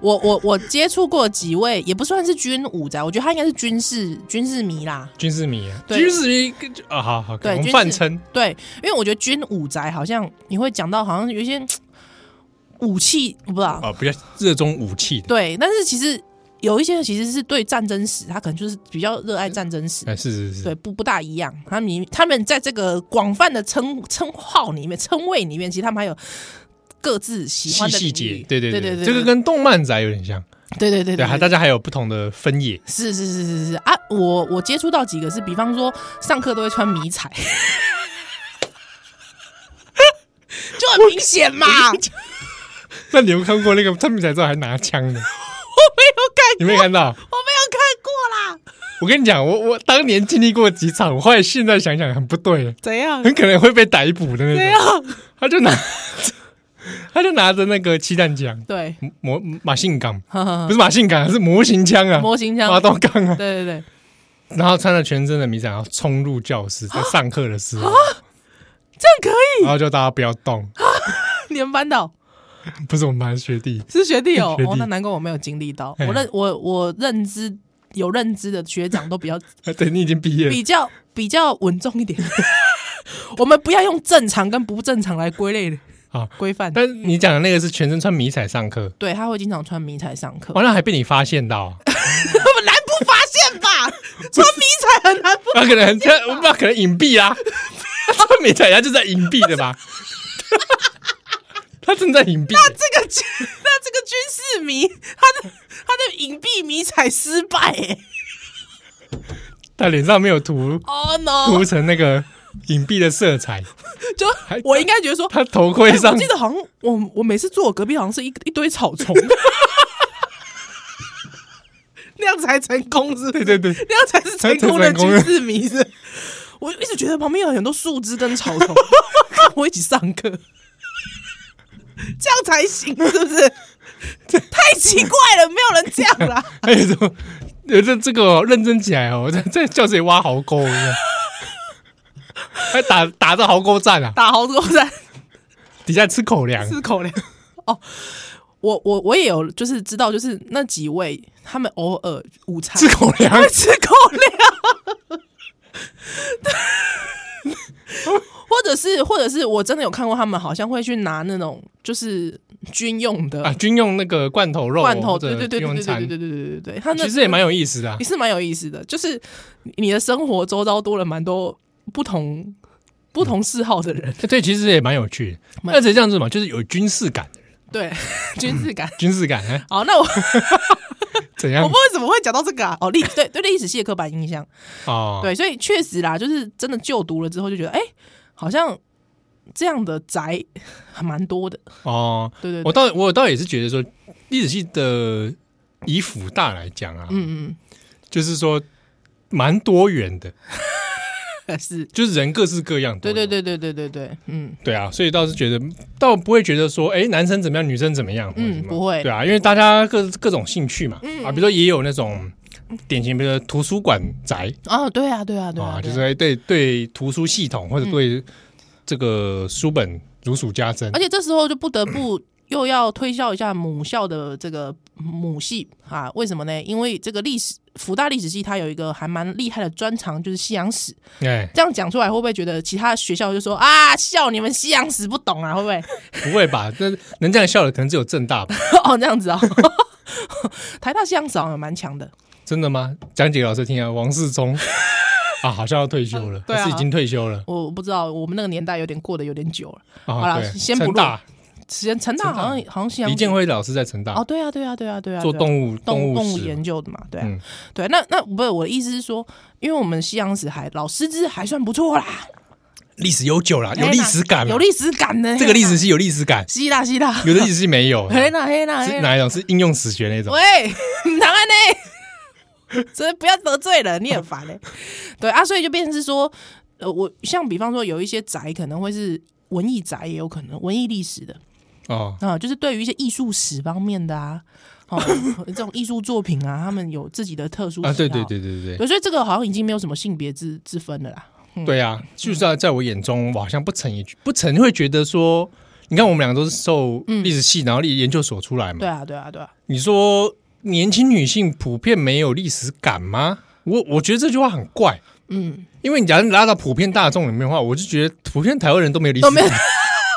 Speaker 2: 我我我接触过几位，也不算是军武宅，我觉得他应该是军事军事迷啦。
Speaker 1: 军事迷啊，
Speaker 2: 对
Speaker 1: 军事迷跟啊，好好，
Speaker 2: 对
Speaker 1: 我们
Speaker 2: 军事
Speaker 1: 泛称
Speaker 2: 对，因为我觉得军武宅好像你会讲到，好像有一些嘖武器，我不知道。
Speaker 1: 啊，比较热衷武器的，
Speaker 2: 对，但是其实有一些其实是对战争史，他可能就是比较热爱战争史。
Speaker 1: 哎，是是是，
Speaker 2: 对，不不大一样。他们里他们在这个广泛的称称号里面、称谓里面，其实他们还有各自喜
Speaker 1: 细
Speaker 2: 欢的
Speaker 1: 细
Speaker 2: 领
Speaker 1: 节
Speaker 2: 域，
Speaker 1: 对对
Speaker 2: 对
Speaker 1: 对，
Speaker 2: 对，
Speaker 1: 这个跟动漫宅有点像，
Speaker 2: 对对对
Speaker 1: 对，
Speaker 2: 对
Speaker 1: 还大家还有不同的分野，
Speaker 2: 是是是是是啊！我我接触到几个是，比方说上课都会穿迷彩， 就很明显嘛。我 没
Speaker 1: 那你有看过那个他们才知道还拿枪的？
Speaker 2: 有
Speaker 1: 你
Speaker 2: 看，
Speaker 1: 没看到？
Speaker 2: 我没有看过啦。
Speaker 1: 我跟你讲，我我当年经历过几场，我后来现在想想很不对，
Speaker 2: 怎样？
Speaker 1: 很可能会被逮捕的
Speaker 2: 怎
Speaker 1: 那种。
Speaker 2: 样？
Speaker 1: 他就拿，他就拿着那个气弹枪，
Speaker 2: 对，
Speaker 1: 模马信钢，不
Speaker 2: 不
Speaker 1: 是马信钢，是模型枪啊，
Speaker 2: 嗯模型枪
Speaker 1: 马。刀钢啊，
Speaker 2: 对对对，
Speaker 1: 然后穿着全身的迷彩，然后冲入教室，
Speaker 2: 啊
Speaker 1: 在上课的时候，
Speaker 2: 这样可以
Speaker 1: 然后就大家不要动，
Speaker 2: 你们班导
Speaker 1: 不是我们班学弟，
Speaker 2: 是学弟哦，
Speaker 1: 学弟
Speaker 2: 哦，那难怪我没有经历到。
Speaker 1: 哎
Speaker 2: 我认我我认知有认知的学长都比 较
Speaker 1: 对你已经毕业了
Speaker 2: 比较 比较稳重一点。我们不要用正常跟不正常来归类
Speaker 1: 啊
Speaker 2: 规范。
Speaker 1: 但你讲的那个是全身穿迷彩上课，
Speaker 2: 对，他会经常穿迷彩上课，
Speaker 1: 完了还被你发现到，啊
Speaker 2: 难不发现吧？ 穿迷彩很难不
Speaker 1: 那可能他那可能隐蔽啊，他穿迷彩他就在隐蔽的吧， 他正在隐蔽，
Speaker 2: 这个军，那这个军事迷，他的他的隐蔽迷彩失败、欸。
Speaker 1: 他脸上没有涂
Speaker 2: Oh no！
Speaker 1: 涂成那个隐蔽的色彩，
Speaker 2: 就我应该觉得说，
Speaker 1: 他头盔
Speaker 2: 哎
Speaker 1: 上
Speaker 2: 我记得好像我我每次坐我隔壁好像是一一堆草丛， 那样才成功是不是？
Speaker 1: 对对对，
Speaker 2: 那样才是成功的
Speaker 1: 才成功
Speaker 2: 军
Speaker 1: 的
Speaker 2: 事迷是。我一直觉得旁边有很多树枝跟草丛， 跟我一起上课，这样才行，是不是？ 太奇怪了，没有人这样啦。
Speaker 1: 还有什么？有这这个哦、认真起来哦，在在教室里挖壕沟，是吧还打打着壕沟战啊，
Speaker 2: 打壕沟战
Speaker 1: 底下吃口粮，
Speaker 2: 吃口粮。哦，我我我也有，就是知道，就是那几位他们偶尔午餐
Speaker 1: 吃口粮
Speaker 2: 他们 吃口粮， 或者是或者是我真的有看过他们好像会去拿那种就是军用
Speaker 1: 啊，
Speaker 2: 的
Speaker 1: 军用那个罐头肉
Speaker 2: 罐头，
Speaker 1: 或者
Speaker 2: 对对对对
Speaker 1: 军用
Speaker 2: 对对对
Speaker 1: 餐
Speaker 2: 对对对对对，他那
Speaker 1: 其实也蛮有意思的啊、
Speaker 2: 也是蛮有意思的，就是你的生活周遭多了蛮多不同不同嗜好的人，
Speaker 1: 对，其实也蛮有趣的。
Speaker 2: 蛮
Speaker 1: 而且这样子嘛，就是有军事感的人，
Speaker 2: 对 军事感。
Speaker 1: 军事感 哎，
Speaker 2: 好，那我。
Speaker 1: 怎
Speaker 2: 我
Speaker 1: 样
Speaker 2: 不知道为什么会讲到这个 啊？哦，历对对历史系的刻板印象，
Speaker 1: 哦，
Speaker 2: 对，所以确实啦，就是真的就读了之后就觉得，哎、好像这样的宅还蛮多的，
Speaker 1: 哦，
Speaker 2: 对对
Speaker 1: 我
Speaker 2: 对，
Speaker 1: 倒我倒也是觉得说，历史系的以辅大来讲啊，
Speaker 2: 嗯
Speaker 1: 就是说蛮多元的，
Speaker 2: 嗯，是，
Speaker 1: 就是人各式各样。
Speaker 2: 对对。对对对对对，嗯，
Speaker 1: 对啊，所以倒是觉得，倒不会觉得说，哎，男生怎么样，女生怎么样，或者
Speaker 2: 嗯
Speaker 1: 什么
Speaker 2: 不会
Speaker 1: 对啊，因为大家各各种兴趣嘛，啊，比如说也有那种典型，比如说图书馆宅，
Speaker 2: 哦，对啊，对啊，对啊，
Speaker 1: 啊，
Speaker 2: 嗯
Speaker 1: 就
Speaker 2: 对
Speaker 1: 是
Speaker 2: 啊
Speaker 1: 哎对对图书系统或者对这个书本如数家珍
Speaker 2: 而。且这时候就不得不 又要推销一下母校的这个母系啊，为什么呢？因为这个历史。福大历史系它有一个还蛮厉害的专长，就是西洋史。
Speaker 1: 哎，
Speaker 2: 这样讲出来，会不会觉得其他学校就说啊，笑你们西洋史不懂啊？会不会？
Speaker 1: 不会吧？那能这样笑的可能只有正大吧？
Speaker 2: 哦，这样子哦，台大西洋史好像也蛮强的，
Speaker 1: 真的吗？讲解给老师听啊，王世 忠啊，好像要退休了，
Speaker 2: 对啊
Speaker 1: 还是已经退休了
Speaker 2: 我不知道我们那个年代有点过得有点久了。
Speaker 1: 啊？
Speaker 2: 好啦
Speaker 1: 对
Speaker 2: 先不
Speaker 1: 成大，
Speaker 2: 时间成
Speaker 1: 成
Speaker 2: 大
Speaker 1: 大
Speaker 2: 好像好像西洋
Speaker 1: 李
Speaker 2: 史
Speaker 1: 建辉老师在成大
Speaker 2: 哦，对啊，对啊，对啊，对啊，
Speaker 1: 做
Speaker 2: 对啊
Speaker 1: 动物
Speaker 2: 动
Speaker 1: 物
Speaker 2: 动物
Speaker 1: 史
Speaker 2: 研究的嘛，对啊，
Speaker 1: 嗯
Speaker 2: 对啊。那那不是我的意思是说，因为我们西洋史还老师资还算不错啦，
Speaker 1: 历史悠久了，有历史感啦，啊
Speaker 2: 哎有历史感哎呢。
Speaker 1: 这个历 史系有历史感，
Speaker 2: 希腊希腊，
Speaker 1: 有的历史系没有。
Speaker 2: 黑啦黑啦
Speaker 1: 是
Speaker 2: 黑啦，
Speaker 1: 哪一种？是应用史学那种？
Speaker 2: 喂， 长安呢？真的不要得罪人，你很烦 嘞。对啊，所以就变成是说，呃，我像比方说有一些宅可能会是文艺宅，也有可能文艺历史的。
Speaker 1: 哦，
Speaker 2: 啊、就是对于一些艺术史方面的啊， 哦，这种艺术作品啊，他们有自己的特殊
Speaker 1: 啊，
Speaker 2: 喜
Speaker 1: 对
Speaker 2: 好
Speaker 1: 对对对对
Speaker 2: 对，所以这个好像已经没有什么性别之之分了啦。
Speaker 1: 对啊，就是
Speaker 2: 嗯
Speaker 1: 在在我眼中，我好像不曾也不曾会觉得说，你看我们两个都是受
Speaker 2: 嗯
Speaker 1: 历史系，然后历研究所出来嘛。
Speaker 2: 对啊，对啊，对啊，
Speaker 1: 你说年轻女性普遍没有历史感吗？我我觉得这句话很怪，
Speaker 2: 嗯，
Speaker 1: 因为你假如拉到普遍大众里面的话，我就觉得普遍台湾人都没有历史
Speaker 2: 都没有
Speaker 1: 感，，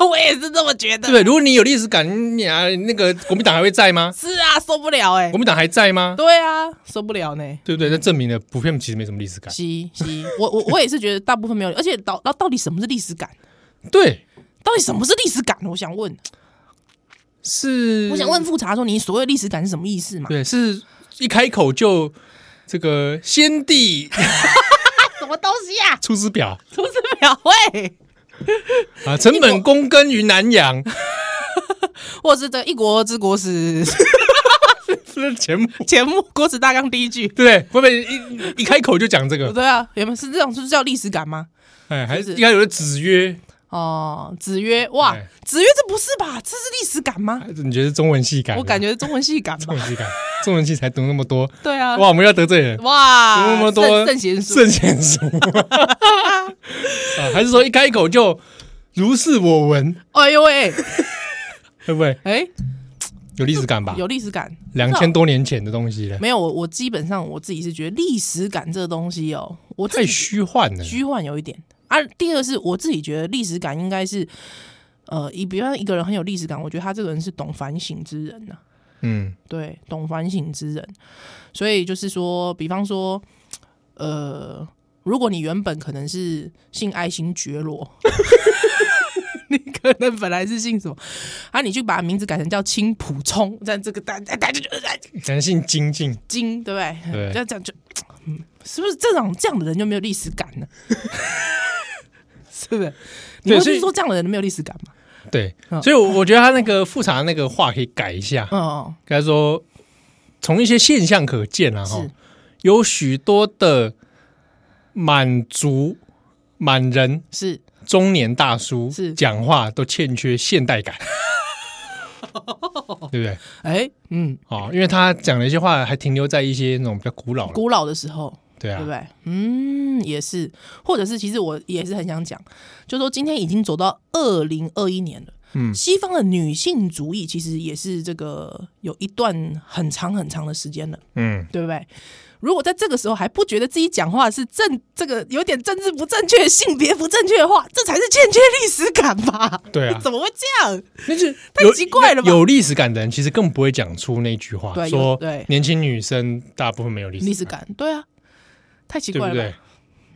Speaker 2: 我也是这么觉
Speaker 1: 对
Speaker 2: 得
Speaker 1: 不。对？如果你有历史感，你啊那个国民党还会在吗？
Speaker 2: 是啊，受不了哎、
Speaker 1: 国民党还在吗？
Speaker 2: 对啊，受不了呢。
Speaker 1: 对不对？那证明了普遍其实没什么历史感。
Speaker 2: 西西，我我我也是觉得大部分没有，而且到到到底什么是历史感？
Speaker 1: 对，
Speaker 2: 到底什么是历史感？我想问，
Speaker 1: 是
Speaker 2: 我想问，复查说你所谓历史感是什么意思嘛？
Speaker 1: 嗯对，是一开口就这个先帝
Speaker 2: 什么东西 啊？
Speaker 1: 出师表。
Speaker 2: 出师表喂，
Speaker 1: 啊，成本躬耕于南洋，
Speaker 2: 或者是这个一国之国 史。
Speaker 1: 这是节目
Speaker 2: 节目《国史大纲》第一句。
Speaker 1: 对不对？会不会一一开口就讲这个？
Speaker 2: 对啊，原本是这种，是叫历史感吗？
Speaker 1: 哎，还
Speaker 2: 就是
Speaker 1: 是应该有的子曰，
Speaker 2: 哦，子曰，哇
Speaker 1: 哎，
Speaker 2: 子曰这不是吧？这是历史感吗？
Speaker 1: 你觉得中文系感？啊
Speaker 2: 我感觉是中文系感吧
Speaker 1: 中。文系感， 中文系才读那么多，
Speaker 2: 对啊，
Speaker 1: 哎哇，我们要得罪人，
Speaker 2: 哇，
Speaker 1: 读那么多
Speaker 2: 圣圣贤书，
Speaker 1: 圣贤 书啊，还是说一开口就如是我闻，
Speaker 2: 哎呦喂，
Speaker 1: 会不会
Speaker 2: 哎，
Speaker 1: 有历史感吧？
Speaker 2: 有历史感。
Speaker 1: 两千多年前的东西了，
Speaker 2: 没有我，我基本上我自己是觉得历史感这个东西哦，我自
Speaker 1: 太
Speaker 2: 己
Speaker 1: 虚幻了。
Speaker 2: 虚幻有一点啊。第二是我自己觉得历史感应该是，呃，以比方一个人很有历史感，我觉得他这个人是懂反省之人呐、
Speaker 1: 嗯
Speaker 2: 对，懂反省之人。所以就是说，比方说，呃，如果你原本可能是姓爱新觉罗， 你可能本来是姓什么，啊，你去把名字改成叫青浦聪，但这个大大家就哎
Speaker 1: 男性精进，
Speaker 2: 金，对不对？
Speaker 1: 对
Speaker 2: 这样讲就，嗯，是不是这种这样的人就没有历史感呢？ 是不是？你
Speaker 1: 对
Speaker 2: 不
Speaker 1: 所
Speaker 2: 是
Speaker 1: 以
Speaker 2: 说这样的人没有历史感吗？
Speaker 1: 对
Speaker 2: 嗯，
Speaker 1: 所以我我觉得他那个复查那个话可以改一下，
Speaker 2: 哦，
Speaker 1: 该说从一些现象可见啊，哈
Speaker 2: 是，
Speaker 1: 有许多的满族满人
Speaker 2: 是
Speaker 1: 中年大叔
Speaker 2: 是
Speaker 1: 讲话都欠缺现代 感，对不对？
Speaker 2: 哎，嗯，
Speaker 1: 哦，因为他讲的一些话还停留在一些那种比较古老的，
Speaker 2: 古老的时候，
Speaker 1: 对啊
Speaker 2: 对不，对？嗯，也是，或者是其实我也是很想讲，就说今天已经走到二零二一年了，
Speaker 1: 嗯
Speaker 2: 西方的女性主义其实也是这个有一段很长很长的时间了，
Speaker 1: 嗯，
Speaker 2: 对不对？如果在这个时候还不觉得自己讲话是正这个有点政治不正确、 性别不正确的话，这才是欠缺历史感吧？
Speaker 1: 对啊
Speaker 2: 你怎么会这样？
Speaker 1: 那就
Speaker 2: 太
Speaker 1: 有
Speaker 2: 奇怪了吧
Speaker 1: 有历史感的人其实更不会讲出那句话，
Speaker 2: 对有
Speaker 1: 说
Speaker 2: 对
Speaker 1: 年轻女生大部分没有历史
Speaker 2: 历史感，对啊，太奇
Speaker 1: 对
Speaker 2: 怪
Speaker 1: 不
Speaker 2: 了吧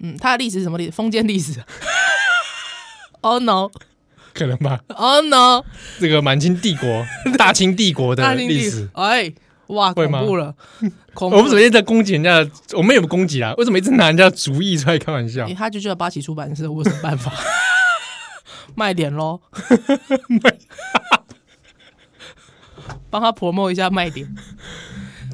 Speaker 1: 对？
Speaker 2: 嗯，他的历史是什么历史？封建历史。oh no！
Speaker 1: 可能吧，
Speaker 2: Oh no！
Speaker 1: 这个满清帝 国、大清帝国的
Speaker 2: 大清
Speaker 1: 历
Speaker 2: 地
Speaker 1: 史，，
Speaker 2: 哎，哇，
Speaker 1: 会
Speaker 2: 恐
Speaker 1: 吗
Speaker 2: 怖 了，恐怖
Speaker 1: 我们怎么一直在攻击人家的？我们也不攻击啦，为什么一直拿人家的主意出来开玩笑
Speaker 2: 欸？他就叫八旗出版社，我有什么 办法？卖点喽， 帮他 promo 一下卖点。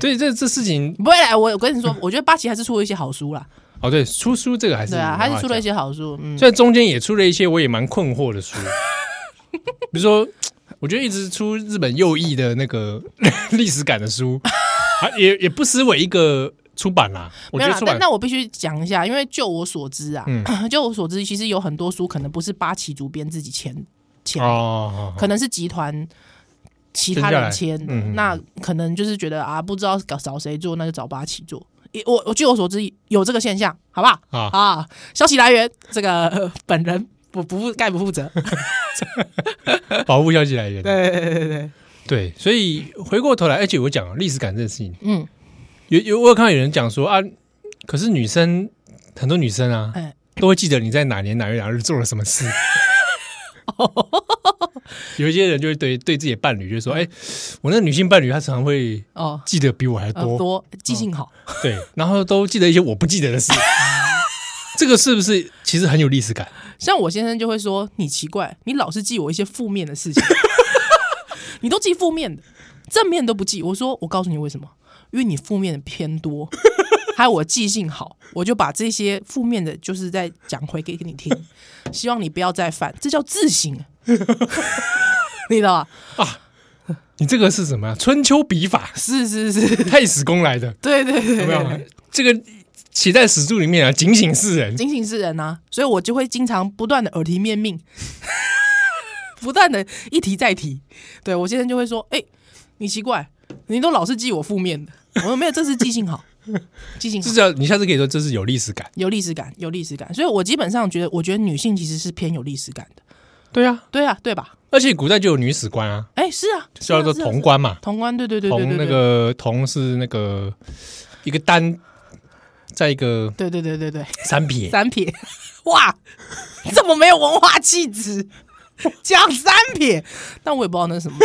Speaker 1: 对，这这事情
Speaker 2: 不会啦，我我跟你说，我觉得八旗还是出了一些好书啦，
Speaker 1: 哦，对，出书这个还是
Speaker 2: 对啊，
Speaker 1: 没
Speaker 2: 还
Speaker 1: 话
Speaker 2: 是出了一
Speaker 1: 讲，
Speaker 2: 些好书，嗯，
Speaker 1: 虽然中间也出了一些我也蛮困惑的书，比如说，我觉得一直出日本右翼的那个历史感的书，啊，也也不失为一个出版啦。我
Speaker 2: 没
Speaker 1: 觉得
Speaker 2: 有啦
Speaker 1: 出。
Speaker 2: 但
Speaker 1: 版嗯
Speaker 2: 那我必须讲一下，因为就我所知啊， 就我所知，其实有很多书可能不是八旗主编自己签签的
Speaker 1: 哦，
Speaker 2: 可能是集团其他人签的，
Speaker 1: 签下来嗯
Speaker 2: 那可能就是觉得啊，不知道找找谁做，那就找八旗做。也我我据我所知有这个现象，好不好？
Speaker 1: 啊
Speaker 2: 啊，消息来源这个、 呃本人不不负概不负责。
Speaker 1: 保护消息来源。
Speaker 2: 对对对对，
Speaker 1: 对，所以回过头来，而且我讲历史感这个事情，
Speaker 2: 嗯，
Speaker 1: 有有我有看到有人讲说啊，可是女生很多女生啊，
Speaker 2: 哎
Speaker 1: 都会记得你在哪年哪月哪日做了什么事。有一些人就会对对自己的伴侣就说：“哎、我那个女性伴侣她常常会
Speaker 2: 哦，
Speaker 1: 记得比我还
Speaker 2: 呃
Speaker 1: 多，嗯
Speaker 2: 多记性好，
Speaker 1: 对，然后都记得一些我不记得的事。这个是不是其实很有历史感？
Speaker 2: 像我先生就会说你奇怪，你老是记我一些负面的事 情，你都记负面的，正面都不记。我说我告诉你为什么，因为你负面的偏多，还有我记性好，我就把这些负面的，就是在讲回给给你听，希望你不要再犯，这叫自省， 你知道吧？
Speaker 1: 你这个是什么、啊？春秋笔法，
Speaker 2: 是是是，
Speaker 1: 太史公来的，
Speaker 2: 对对对
Speaker 1: 有没有
Speaker 2: 对，？
Speaker 1: 这个写在史著里面啊，警醒世人。
Speaker 2: 警醒世人啊，所以我就会经常不断的耳提面命，不断的一提再提。对我先生就会说：“哎、你奇怪，你都老是记我负面的。”我说：“没有，这是记性好，记性好
Speaker 1: 至，少你下次可以说这是有历史感。
Speaker 2: 有历史感，有历史感。”所以，我基本上觉得，我觉得女性其实是偏有历史感的。
Speaker 1: 对啊，
Speaker 2: 对啊，对吧？
Speaker 1: 而且古代就有女史官啊，
Speaker 2: 哎、是啊，是啊
Speaker 1: 叫做
Speaker 2: 是啊
Speaker 1: 潼关嘛。
Speaker 2: 潼关，对对对啊对
Speaker 1: 铜
Speaker 2: 对
Speaker 1: 那
Speaker 2: 对，
Speaker 1: 个铜是那个一个单，在一个
Speaker 2: 对对对对对，
Speaker 1: 三撇，
Speaker 2: 三撇，哇，这么没有文化气质，讲三撇，但我也不知道那是什么。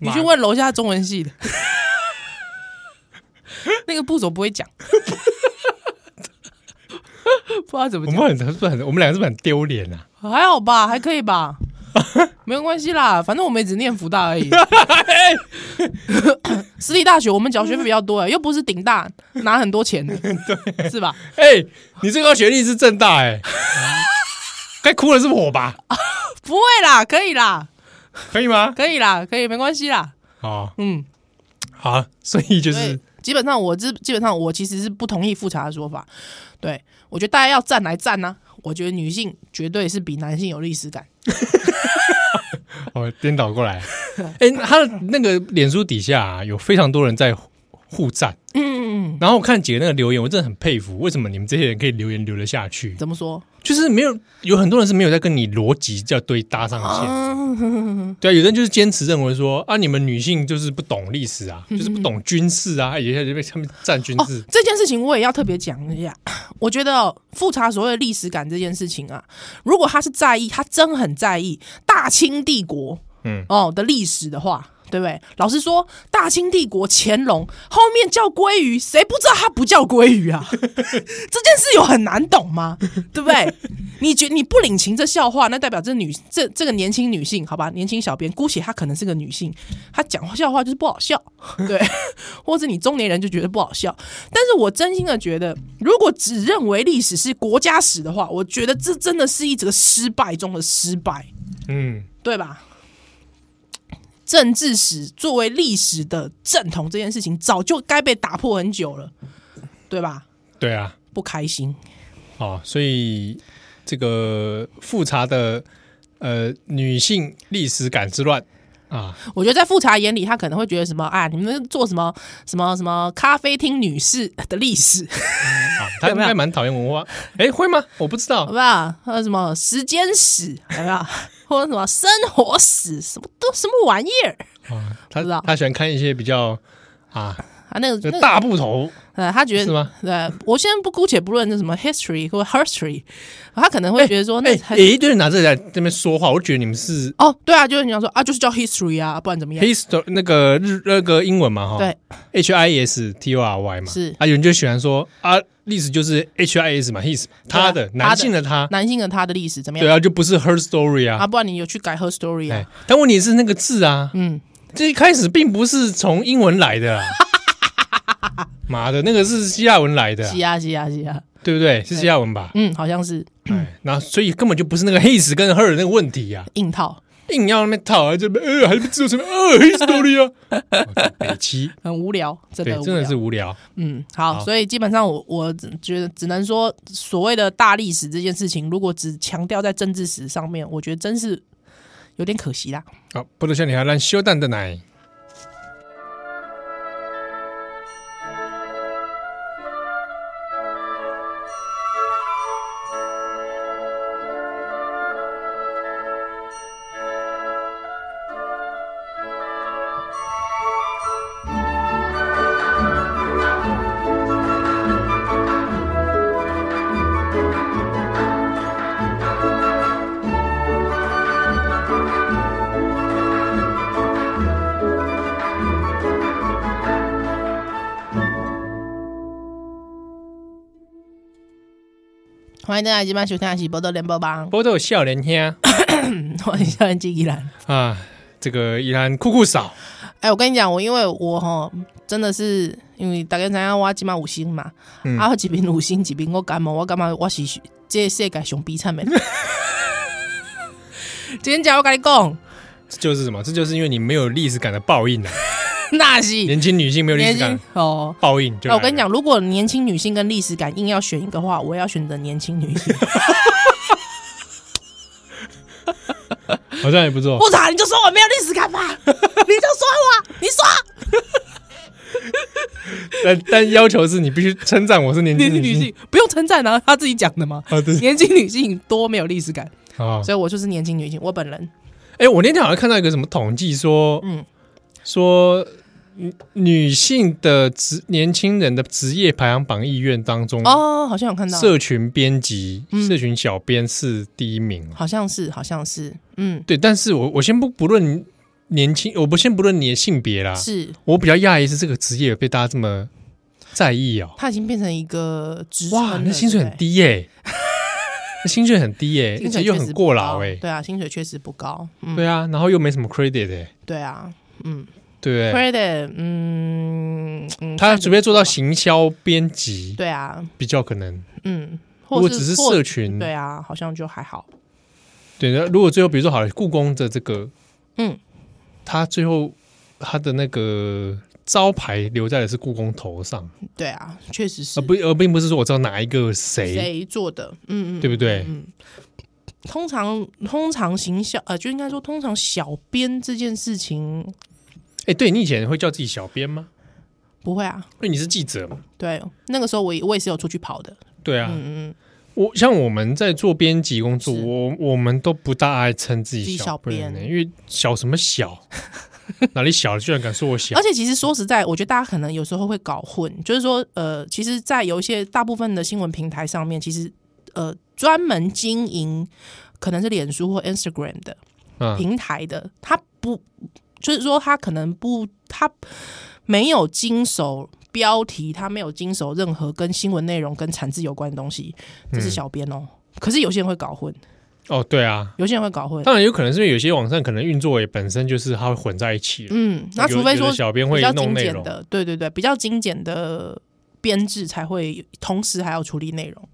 Speaker 2: 你去问楼下中文系的，那个部首不会讲，不知道怎么
Speaker 1: 我
Speaker 2: 讲
Speaker 1: 们，很是不是很我们两个是不是很丢脸啊？
Speaker 2: 还好吧，还可以吧，没有关系啦，反正我们也只念福大而已。私立大学我们缴学费比较多、欸又不是顶大拿很多钱的，是吧？
Speaker 1: 哎、你最高学历是正大 哎、该哭的是我吧？
Speaker 2: 不会啦，可以啦，
Speaker 1: 可以吗？
Speaker 2: 可以啦，可以，没关系啦，
Speaker 1: 哦，
Speaker 2: 嗯。
Speaker 1: 好，所以就
Speaker 2: 对，
Speaker 1: 是
Speaker 2: 基本上我基基本上我其实是不同意复查的说法。对我觉得大家要站来站呢、我觉得女性绝对是比男性有历史感。
Speaker 1: 哦，颠倒 过来。哎、他的那个脸书底下、啊、有非常多人在互互赞，
Speaker 2: 嗯嗯嗯，嗯，
Speaker 1: 然后我看几个那个留言，我真的很佩服，为什么你们这些人可以留言留得下去？
Speaker 2: 怎么说？
Speaker 1: 就是没有有很多人是没有在跟你逻辑要对搭上线，
Speaker 2: 啊，
Speaker 1: 对啊，有的人就是坚持认为说啊，你们女性就是不懂历史啊，
Speaker 2: 嗯
Speaker 1: 就是不懂军事啊，也也被他们占军
Speaker 2: 哦
Speaker 1: 事，，
Speaker 2: 这件事情我也要特别讲一下。 我觉得哦复查所谓的历史感这件事情啊，如果他是在意，他真很在意大清帝国，
Speaker 1: 嗯
Speaker 2: 嗯，哦的历史的话。对不对？老实说，大清帝国乾隆后面叫鲑鱼，谁不知道他不叫鲑鱼 啊？这件事有很难懂吗？对不对？你觉你不领情这笑话，那代表这女这这个年轻女性，好吧，年轻小编，姑且她可能是个女性，她讲笑话就是不好笑，对， 或者你中年人就觉得不好笑。但是我真心的觉得，如果只认为历史是国家史的话，我觉得这真的是一整个失败中的失败，
Speaker 1: 嗯，
Speaker 2: 对吧？政治史作为历史的正统这件事情，早就该被打破很久了，对吧？
Speaker 1: 对啊，
Speaker 2: 不开心，
Speaker 1: 哦，所以这个复查的呃女性历史感之乱啊，
Speaker 2: 我觉得在复查眼里，他可能会觉得什么啊，你们做什么什么什么咖啡厅女士的历史，
Speaker 1: 啊，他应该蛮讨厌文化，哎，会吗？我不知
Speaker 2: 好
Speaker 1: 道，
Speaker 2: 不好？还有什么时间史，有没有？ 或者什么生活史，什么都什么玩意儿
Speaker 1: 啊，他
Speaker 2: 不知道
Speaker 1: 他喜欢看一些比较啊，
Speaker 2: 啊？那个
Speaker 1: 这个
Speaker 2: 那个
Speaker 1: 大部头
Speaker 2: 呃，他觉得
Speaker 1: 是吗？
Speaker 2: 对，我先不姑且不论这什么 history 或 history，他可能会觉得说那
Speaker 1: 哎，
Speaker 2: 很、
Speaker 1: 有一堆人拿这个来这边说话，我就觉得你们是
Speaker 2: 哦，对啊，就是你要说啊，就是叫 history 啊，不然怎么样？
Speaker 1: history 那个日那个英文嘛哈，
Speaker 2: 对，
Speaker 1: H I S T O R Y 嘛，
Speaker 2: 是
Speaker 1: 啊，有人就喜欢说啊，历史就是 H I S 嘛，his
Speaker 2: 啊
Speaker 1: 他的男性的他，
Speaker 2: 男性的他的历史怎么
Speaker 1: 对
Speaker 2: 样？
Speaker 1: 啊，就不是 her story
Speaker 2: 啊，
Speaker 1: 啊，
Speaker 2: 不然你有去改 her story
Speaker 1: 哎
Speaker 2: 啊？，
Speaker 1: 但问题是那个字啊，
Speaker 2: 嗯，
Speaker 1: 这一开始并不是从英文来 的啊，妈的，那个是希腊文来的啊
Speaker 2: 是，啊，是啊，是啊，
Speaker 1: 对不对？是希腊文吧？
Speaker 2: 嗯，好像是
Speaker 1: 哎，那所以根本就不是那个 his 跟 her 的那个问题呀，
Speaker 2: 硬套，
Speaker 1: 硬要那边套啊，这边呃还不知道什么呃 his story 啊，哦北齐，
Speaker 2: 很无聊，真
Speaker 1: 对
Speaker 2: 的，无
Speaker 1: 真的
Speaker 2: 聊
Speaker 1: 是。无聊，
Speaker 2: 嗯，好，
Speaker 1: 好
Speaker 2: 所以基本上我我只觉得只能说，所谓的大历史这件事情，如果只强调在政治史上面，我觉得真是有点可惜啦。
Speaker 1: 好，不如像你还让修蛋的奶。
Speaker 2: 欢迎大家今晚收听的是《波多联播 帮》，
Speaker 1: 波豆笑脸兄
Speaker 2: 我是笑人机依然。
Speaker 1: 啊，这个依然酷酷嫂
Speaker 2: 哎，我跟你讲，我因为我哈真的是因为大家知影我起码五星嘛，啊我一边五星一边我感冒，我感觉我是这世界上悲惨的。 真正我跟你讲，
Speaker 1: 这就是什么？这就是因为你没有历史感的报应啊！
Speaker 2: 那是
Speaker 1: 年轻女性没有历史感
Speaker 2: 轻哦。
Speaker 1: 报应就来
Speaker 2: 那
Speaker 1: 了。
Speaker 2: 我跟你讲，如果年轻女性跟历史感硬要选一个话，我要选择年轻女性。
Speaker 1: 好像也不错。
Speaker 2: 不然你就说我没有历史 感吧，你就说我，你说
Speaker 1: 啊但但要求是你必须称赞我是年
Speaker 2: 年
Speaker 1: 轻
Speaker 2: 轻
Speaker 1: 女
Speaker 2: 女
Speaker 1: 性
Speaker 2: 性不用称赞啊，她自己讲 的嘛。
Speaker 1: 啊， 对
Speaker 2: 年轻女性多没有历史感，
Speaker 1: 啊。
Speaker 2: 所以我就是年轻女性，我本人。
Speaker 1: 哎，我那天好像看到一个什么统计说，嗯
Speaker 2: 嗯，
Speaker 1: 说女女性的职年轻人的职业排行榜意愿当中，
Speaker 2: 哦，好像有看到，
Speaker 1: 社群编辑、
Speaker 2: 嗯
Speaker 1: 社群小编是第一名哦。
Speaker 2: 好像是，好像是，嗯，
Speaker 1: 对，但是我我先不不论年轻，我不先不论你的性别啦，
Speaker 2: 是，
Speaker 1: 我比较讶异是这个职业有被大家这么在意哦。
Speaker 2: 他已经变成一个职称
Speaker 1: 哇，
Speaker 2: 了
Speaker 1: 那薪水很，低耶、 那薪水很低耶、
Speaker 2: 对
Speaker 1: 而
Speaker 2: 不对 薪水
Speaker 1: 且又
Speaker 2: 确
Speaker 1: 很
Speaker 2: 实
Speaker 1: 过
Speaker 2: 不
Speaker 1: 劳
Speaker 2: 高
Speaker 1: 哎、
Speaker 2: 对啊，薪水确实不高，嗯，
Speaker 1: 对啊，然后又没什么 credit 哎、
Speaker 2: 对啊，嗯
Speaker 1: 对不对？
Speaker 2: ，credit，嗯嗯，
Speaker 1: 他
Speaker 2: 看
Speaker 1: 除非做到
Speaker 2: 怎么
Speaker 1: 行销编辑
Speaker 2: 吧，对啊，
Speaker 1: 比较可能。
Speaker 2: 嗯，
Speaker 1: 如
Speaker 2: 或
Speaker 1: 果
Speaker 2: 者
Speaker 1: 只是
Speaker 2: 或
Speaker 1: 社群，
Speaker 2: 对啊，好像就还好，
Speaker 1: 对那如果最后比如说好了，故宫的这个，
Speaker 2: 嗯，
Speaker 1: 他最后他的那个招牌留在的是故宫头上，
Speaker 2: 对啊，确实是
Speaker 1: 而不而并不是说我知道哪一个谁，
Speaker 2: 谁做的，嗯嗯，
Speaker 1: 对不对？
Speaker 2: 嗯，通常通常行销，呃，就应该说通常小编这件事情
Speaker 1: 哎，对你以前会叫自己小编吗？
Speaker 2: 不会啊，
Speaker 1: 因为你是记者嘛。
Speaker 2: 对，那个时候我也我也是有出去跑的，
Speaker 1: 对啊，
Speaker 2: 嗯嗯，
Speaker 1: 我像我们在做编辑工作，
Speaker 2: 是
Speaker 1: 我我们都不大爱称自
Speaker 2: 自
Speaker 1: 己
Speaker 2: 己
Speaker 1: 小
Speaker 2: 小编
Speaker 1: 不能因为小什么 小，哪里小了居然敢说我小
Speaker 2: 而？且其实说实在，我觉得大家可能有时候会搞混，就是说，呃，其实，在有一些大部分的新闻平台上面，其实呃，专门经营可能是脸书或 Instagram 的
Speaker 1: 嗯，
Speaker 2: 啊平台的，它不就是说它可能不，它没有经手标题，它没有经手任何跟新闻内容跟产字有关的东西，这是小编哦。
Speaker 1: 嗯
Speaker 2: 可是有些人会搞混，
Speaker 1: 哦，对啊，
Speaker 2: 有些人会搞混。
Speaker 1: 当然有可能是因为有些网站可能运作也本身就是它会混在一起了。
Speaker 2: 嗯，那
Speaker 1: 有
Speaker 2: 除非
Speaker 1: 有
Speaker 2: 说
Speaker 1: 的小编会
Speaker 2: 比较
Speaker 1: 弄
Speaker 2: 精
Speaker 1: 内
Speaker 2: 简
Speaker 1: 容，
Speaker 2: 的，对对对，比较精简的编制才会同时还要处理内容，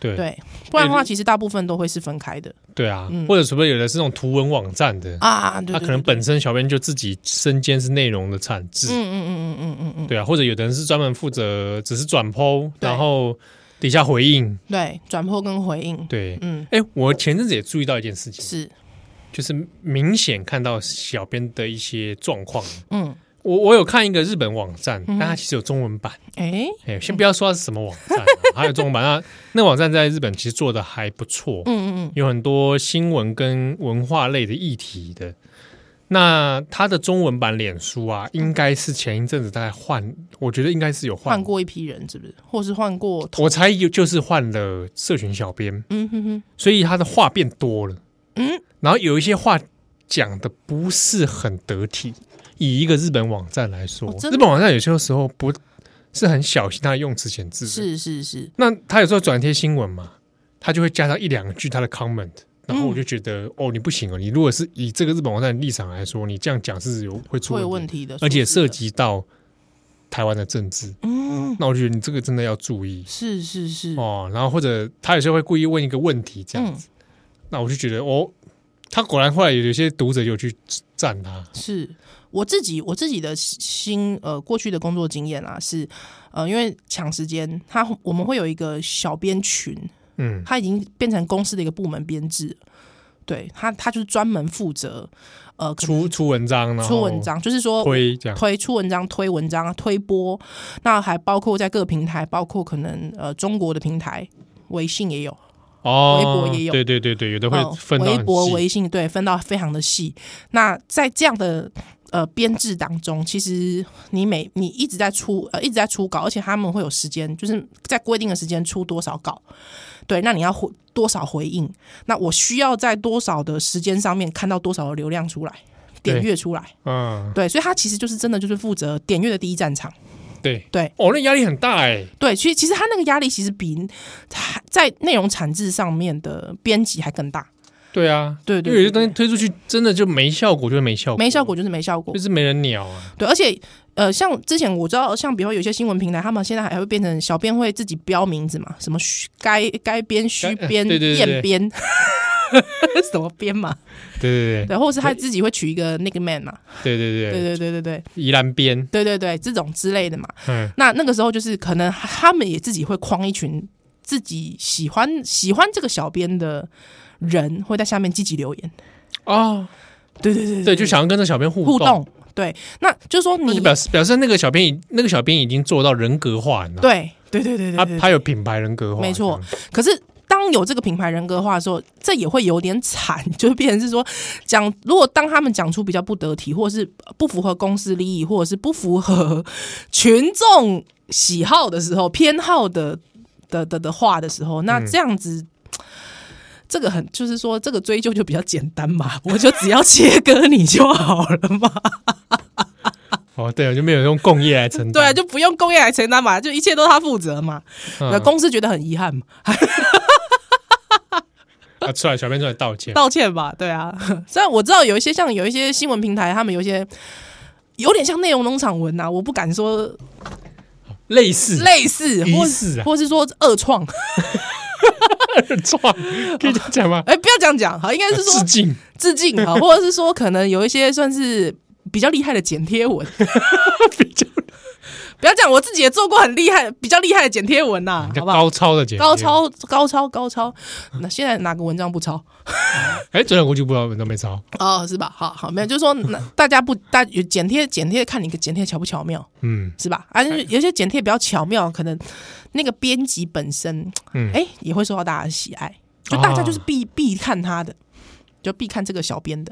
Speaker 1: 对
Speaker 2: 对，不然的话其实大部分都会是分开的
Speaker 1: 对啊，
Speaker 2: 嗯
Speaker 1: 或者除非有的是那种图文网站的，
Speaker 2: 啊，对
Speaker 1: 他
Speaker 2: 对
Speaker 1: 可能
Speaker 2: 对
Speaker 1: 本身小编就自己身兼是内容的产制，
Speaker 2: 嗯嗯嗯嗯嗯嗯嗯，
Speaker 1: 对啊，或者有的人是专门负责只是转剖，
Speaker 2: 对
Speaker 1: 然后底下回应，
Speaker 2: 对，转播跟回应，
Speaker 1: 对。
Speaker 2: 嗯，
Speaker 1: 哎、我前阵子也注意到一件事情，
Speaker 2: 是，
Speaker 1: 就是明显看到小编的一些状况。
Speaker 2: 嗯，
Speaker 1: 我我有看一个日本网站，
Speaker 2: 嗯哼
Speaker 1: 但它其实有中文版。
Speaker 2: 哎，
Speaker 1: 哎、先不要说它是什么网站、 啊，还有中文版。那那网站在日本其实做的还不错，
Speaker 2: 嗯嗯嗯，
Speaker 1: 有很多新闻跟文化类的议题的。那它的中文版脸书
Speaker 2: 嗯
Speaker 1: 啊，应该是前一阵子大概换，我觉得应该是有换
Speaker 2: 换，过一批人是不是？或是换过，
Speaker 1: 我猜有就是换了社群小编，
Speaker 2: 嗯哼哼，
Speaker 1: 所以他的话变多了。
Speaker 2: 嗯，
Speaker 1: 然后有一些话讲的不是很得体。以一个日本网站来说，
Speaker 2: 哦真的
Speaker 1: 日本网站有些时候不是很小心它的用词遣字。，
Speaker 2: 是是是，
Speaker 1: 那他有时候转贴新闻嘛，他就会加上一两句他的 comment，然后我就
Speaker 2: 嗯
Speaker 1: 觉得、哦，你不行哦，你如果是以这个日本网站的立场来说，你这样讲是有会出
Speaker 2: 会有
Speaker 1: 问
Speaker 2: 问
Speaker 1: 题，
Speaker 2: 题的，
Speaker 1: 而且
Speaker 2: 是不是
Speaker 1: 涉，及到台湾的政治，
Speaker 2: 嗯，
Speaker 1: 那我觉得你这个真的要注意
Speaker 2: 是是是，
Speaker 1: 哦。然后或者他有时候会故意问一个问题这样
Speaker 2: 嗯
Speaker 1: 子。，那我就觉得哦，他果然后来有一些读者有去赞他，
Speaker 2: 是我自己我自己的新呃过去的工作经验啊，是呃因为抢时间，他我们会有一个小编群，
Speaker 1: 嗯，
Speaker 2: 他已经变成公司的一个部门编制了，对他他就是专门负责呃可能
Speaker 1: 出哦出文章，然后
Speaker 2: 出文章，哦就是说
Speaker 1: 推这样，
Speaker 2: 推出文章、推文章、推播，那还包括在各平台，包括可能呃中国的平台，微信也有，
Speaker 1: 哦，
Speaker 2: 微博也有
Speaker 1: 对对对对，有的
Speaker 2: 嗯
Speaker 1: 会分到
Speaker 2: 微
Speaker 1: 很
Speaker 2: 博、
Speaker 1: 细
Speaker 2: 微信对分到非常的细。那在这样的呃编制当中，其实你每你一直在出呃一直在出稿，而且他们会有时间，就是在规定的时间出多少稿，对，那你要回多少回应？那我需要在多少的时间上面看到多少的流量出来，点
Speaker 1: 对
Speaker 2: 阅出来，
Speaker 1: 嗯，
Speaker 2: 对，所以他其实就是真的就是负责点阅的第一战场。
Speaker 1: 对
Speaker 2: 对，
Speaker 1: 哦，那压力很大哎，
Speaker 2: 对，其实其实他那个压力其实比在内容产制上面的编辑还更大。
Speaker 1: 对啊，
Speaker 2: 对
Speaker 1: 因
Speaker 2: 对
Speaker 1: 为有
Speaker 2: 对
Speaker 1: 些东西推出去真的就没效果，就是没效果，
Speaker 2: 没效果就是没效果
Speaker 1: 就，是没人鸟啊，
Speaker 2: 对，而且呃，像之前我知道，像比如说有些新闻平台，他们现在还会变成小编会自己标名字嘛，什么虚该该编、虚
Speaker 1: 该呃
Speaker 2: 编、
Speaker 1: 对对对对
Speaker 2: 验编，什么编嘛，
Speaker 1: 对对
Speaker 2: 对，或者是他自己会取一个 nickname 嘛，
Speaker 1: 对对对对
Speaker 2: 对
Speaker 1: 对，
Speaker 2: 对对对对
Speaker 1: 宜兰边，
Speaker 2: 对对对，这种之类的嘛。
Speaker 1: 嗯，
Speaker 2: 那那个时候就是可能他们也自己会框一群自己喜欢喜欢这个小编的人，会在下面积极留言，
Speaker 1: 哦，
Speaker 2: 对对对
Speaker 1: 对，就想要跟这小编
Speaker 2: 互
Speaker 1: 互动，
Speaker 2: 动，嗯对，那就是说
Speaker 1: 那
Speaker 2: 你
Speaker 1: 就表示表示那个小编已那个小编已经做到人格化，你知道吗，
Speaker 2: 对对对对对，
Speaker 1: 他
Speaker 2: 对
Speaker 1: 他有品牌人格化，
Speaker 2: 没错可是当有这个品牌人格化的时候，这也会有点惨， 就变成是说讲，如果当他们讲出比较不得体，或者是不符合公司利益，或者是不符合群众喜好的时候、偏好的的的的话的时候，那这样子。这个很，就是说，这个追究就比较简单嘛， 我就只要切割你就好了嘛，
Speaker 1: 这样，哦，对，就没有用共业来承担，
Speaker 2: 对啊，就不用工业来承担嘛，就一切都他负责嘛，那、
Speaker 1: 嗯
Speaker 2: 公司觉得很遗憾嘛，
Speaker 1: 啊，出来小编出来道歉，
Speaker 2: 道歉吧，对啊。 虽然我知道有一些像有一些新闻平台，他们有一些有点像内容农场文呐、啊我不敢说
Speaker 1: 类似
Speaker 2: 类似，
Speaker 1: 疑
Speaker 2: 或
Speaker 1: 似啊
Speaker 2: 或是说恶创，
Speaker 1: 撞，可以这样讲 吗？
Speaker 2: 哎、不要这样讲，好，应该是
Speaker 1: 致
Speaker 2: 说
Speaker 1: 敬
Speaker 2: 致敬啊，或者是 说可能有一些算是比较厉害的剪贴文，
Speaker 1: 比较
Speaker 2: 不要讲我自己也做过很厉害、比较厉害的剪贴文呐、
Speaker 1: 叫
Speaker 2: 好不好？
Speaker 1: 高超的解
Speaker 2: 啊高，超、高超、高超。那现在哪个文章不抄？
Speaker 1: 哎，这两我就不知道都没抄，
Speaker 2: 哦，是吧？好好，没有，就是说那大家不大有剪贴，剪贴看你个剪贴巧不巧妙，
Speaker 1: 嗯
Speaker 2: 是吧？啊，就是有些剪贴比较巧妙，可能那个编辑本身，
Speaker 1: 嗯
Speaker 2: 哎、也会受到大家的喜爱，就大家就是
Speaker 1: 啊
Speaker 2: 必、必看他的。就必看这个小编的，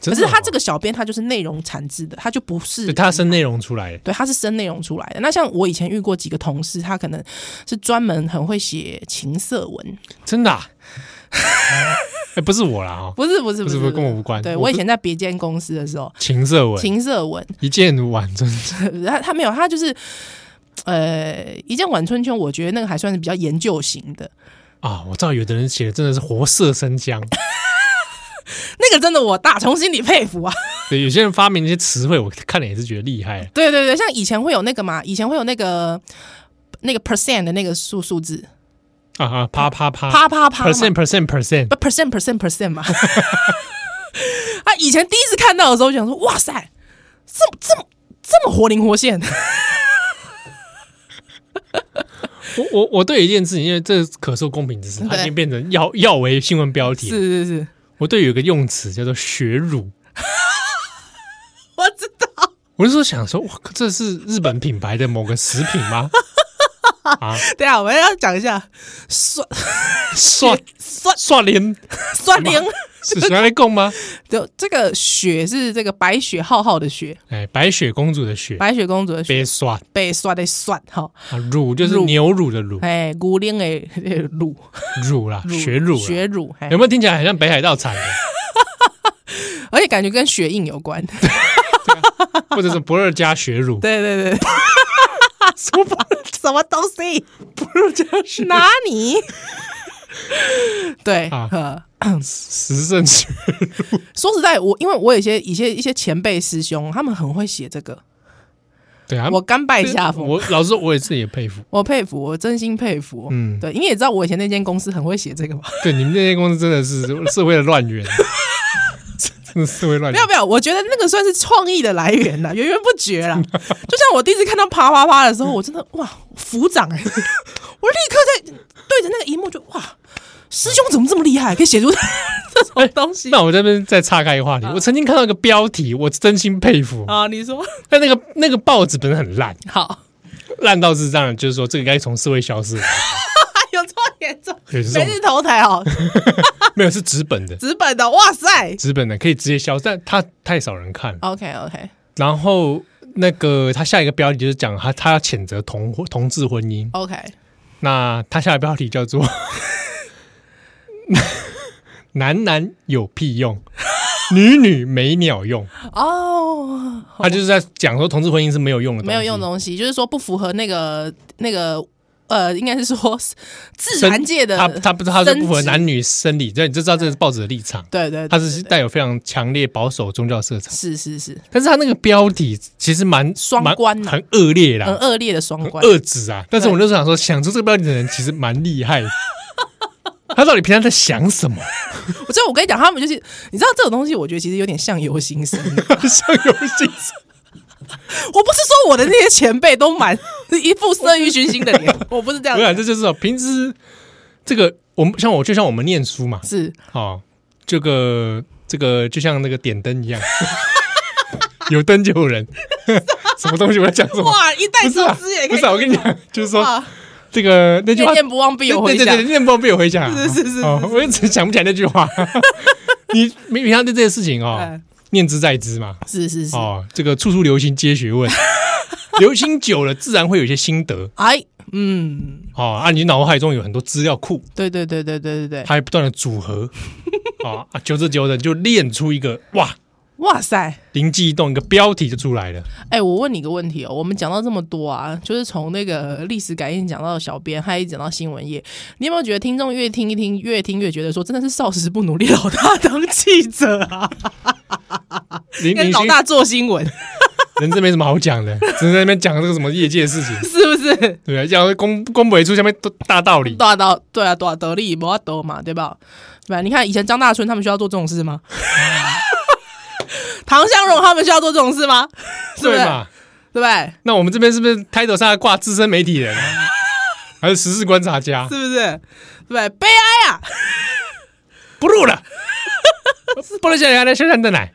Speaker 2: 可
Speaker 1: 真
Speaker 2: 是
Speaker 1: 的哦
Speaker 2: 他这个小编他就是内容产制的，他就不是
Speaker 1: 对他生内容出来，
Speaker 2: 对，他是生内容出来的。那像我以前遇过几个同事，他可能是专门很会写情色文，
Speaker 1: 真的啊， 哎，不是我啦哦，
Speaker 2: 不是不是
Speaker 1: 不
Speaker 2: 不
Speaker 1: 是
Speaker 2: 是
Speaker 1: 不是跟我无关，
Speaker 2: 对
Speaker 1: 不
Speaker 2: 我以前在别间公司的时候，
Speaker 1: 情色文
Speaker 2: 情色文，
Speaker 1: 一见完真是
Speaker 2: 他他没有，他就是呃，一件晚春秋，我觉得那个还算是比较研究型的，
Speaker 1: 啊，我知道有的人写的真的是活色生 香，
Speaker 2: 那个真的我打从心里佩服啊。
Speaker 1: 对，有些人发明一些词汇，我看了也是觉得厉害，
Speaker 2: 对对对，像以前会有那个嘛，以前会有那个那个 percent 的那个数数字，
Speaker 1: 啊啊，啪啪啪
Speaker 2: 啪啪啪嘛
Speaker 1: percent percent percent，
Speaker 2: 不 percent percent percent 嘛。 啊，以前第一次看到的时候，就想说，哇塞，这么这么这么活灵活现，
Speaker 1: 我我我对一件事情，因为这可受公平之事，它已
Speaker 2: 对
Speaker 1: 经变成要要为新闻标
Speaker 2: 是
Speaker 1: 题。
Speaker 2: 是是，
Speaker 1: 我对有一个用词叫做“学乳
Speaker 2: 我知道，”，
Speaker 1: 我就说想说，哇，这是日本品牌的某个食品 吗？啊，
Speaker 2: 对啊，我们要讲一下酸
Speaker 1: 刷
Speaker 2: 酸
Speaker 1: 刷脸
Speaker 2: 酸灵，
Speaker 1: 是谁来供吗？
Speaker 2: 就这个雪是这个白雪浩浩的雪，
Speaker 1: 哎，白雪公主的雪，
Speaker 2: 白雪公主的雪
Speaker 1: 别刷
Speaker 2: 被刷的酸哈，
Speaker 1: 啊，乳就是
Speaker 2: 乳
Speaker 1: 牛乳的乳，
Speaker 2: 哎，古灵的的乳
Speaker 1: 乳啦，
Speaker 2: 乳
Speaker 1: 雪乳啦，啊
Speaker 2: 雪乳，哎
Speaker 1: 有没有听起来很像北海道产 的，
Speaker 2: 而且感觉跟雪印有关，
Speaker 1: 或者是不二家雪乳？
Speaker 2: 对对对，
Speaker 1: 什么不
Speaker 2: 什么东西？
Speaker 1: 二家雪
Speaker 2: 哪里？对，
Speaker 1: 啊
Speaker 2: 呃
Speaker 1: 十胜雪？
Speaker 2: 说实在，我因为我有一些一些一些前辈师兄，他们很会写这个，
Speaker 1: 对啊，
Speaker 2: 我甘拜下风，
Speaker 1: 我老实说，我也自己也佩服。
Speaker 2: 我佩服，我真心佩服。
Speaker 1: 嗯
Speaker 2: 对，因为也知道我以前那间公司很会写这个嘛。
Speaker 1: 对，你们那些公司真的是 社会的乱 源，真的社会乱
Speaker 2: 没
Speaker 1: 源
Speaker 2: 有。没有，我觉得那个算是创意的来源 啦，源源不绝啦。就像我第一次看到啪啪啪的时候，我真的哇，鼓掌 哎、我立刻在对着那个荧幕就哇，师兄怎么这么厉害，可以写出 这种东西
Speaker 1: 那我这边再岔开一个话题，我曾经看到一个标题，我真心佩服。
Speaker 2: 啊？你说
Speaker 1: 但那个那个报纸本身很烂，
Speaker 2: 好，
Speaker 1: 烂到是这样，就是说这个该从社会消 失，
Speaker 2: 有哎这么严重？
Speaker 1: 有这
Speaker 2: 每
Speaker 1: 种
Speaker 2: 日头台哦，
Speaker 1: 没有是纸本的，
Speaker 2: 纸本的，哇塞
Speaker 1: 纸本的可以直接消失，但它太少人看了。
Speaker 2: ！OK OK，
Speaker 1: 然后那个他下一个标题就是讲他他要谴责同婚同志婚姻，
Speaker 2: OK，
Speaker 1: 那他下的标题叫做 男男有屁用， 女女没鸟用。
Speaker 2: 哦，
Speaker 1: 他就是在讲说同志婚姻是没有用的，
Speaker 2: 没有用的。东西，就是说不符合那个那个呃，应该是说自然界的
Speaker 1: 他他不是他是不符合
Speaker 2: 生殖
Speaker 1: 男女生理，对，你就知道这是报纸的立场，
Speaker 2: 对对，对
Speaker 1: 他是
Speaker 2: 对
Speaker 1: 带有非常强烈保守宗教色彩。
Speaker 2: 是是是，
Speaker 1: 但是他那个标题其实蛮
Speaker 2: 双
Speaker 1: 蛮
Speaker 2: 关啊
Speaker 1: 很恶劣
Speaker 2: 很
Speaker 1: 啦，
Speaker 2: 恶劣的双关。
Speaker 1: 恶质啊。但是我那时候想说，想出这个标题的人其实蛮厉 害的。他到底平常在想什么？
Speaker 2: 我就我跟你讲，他们就是你知道这种东西，我觉得其实有点像游 行生。我
Speaker 1: 像游戏
Speaker 2: 不是说我的那些前辈都蛮一副色欲熏心的脸，我不是这样
Speaker 1: 我想这
Speaker 2: 讲，
Speaker 1: 就是哦平时这个我们像我就像我们念书 嘛，
Speaker 2: 是
Speaker 1: 哦，这个这个就像那个点灯一样， 有灯就有人。 什么东西？我在讲什么？
Speaker 2: 哇，一代
Speaker 1: 不是
Speaker 2: 宗
Speaker 1: 啊
Speaker 2: 师也，可
Speaker 1: 不
Speaker 2: 以
Speaker 1: 是啊，我跟你讲，就是说
Speaker 2: 哇，
Speaker 1: 这个那句话
Speaker 2: 念，念不忘必有回
Speaker 1: 对对
Speaker 2: 响
Speaker 1: 对，对念不忘必有回响啊。
Speaker 2: 是是是是
Speaker 1: 哦我一直想不起来那句话。 你你平常对这些事情哦
Speaker 2: 哎，
Speaker 1: 念之在之嘛。
Speaker 2: 是是是，
Speaker 1: 哦，这个处处留心皆 学问，留心久了自然会有一些心得。
Speaker 2: 哎，嗯，
Speaker 1: 哦，啊，你脑海中有很多资料库，
Speaker 2: 对对对对对对对，
Speaker 1: 它还不断的组合，哦啊，久着久着就练出一个哇，
Speaker 2: 哇塞！
Speaker 1: 灵机一动，一个标题就出来了。
Speaker 2: 哎、我问你个问题哦，我们讲到这么多啊，就是从那个历史感应讲到小编，还一直讲到新闻业，你有没有觉得听众越听一听，越听越觉得说，真的是少时不努力， 老大当记者啊，
Speaker 1: 林
Speaker 2: 跟
Speaker 1: 林
Speaker 2: 老
Speaker 1: 星
Speaker 2: 大做新闻，
Speaker 1: 人这没什么好讲的， 只是在那边讲这个什么业界的事情，
Speaker 2: 是不是？
Speaker 1: 对不对？讲公公布出下面都大道理，
Speaker 2: 多少道对啊，多少得利，不要得嘛，对吧？对吧？啊你看以前张大春他们需要做这种事吗？ 唐湘荣他们需要做这种事吗？是不
Speaker 1: 对
Speaker 2: 是？
Speaker 1: 嘛？
Speaker 2: 对不对？
Speaker 1: 那我们这边是不是 title 上还挂资深媒体 人啊，还是时事观察家？
Speaker 2: 是不是？对不对？悲哀啊！
Speaker 1: 不录了，不能想想来生产的奶，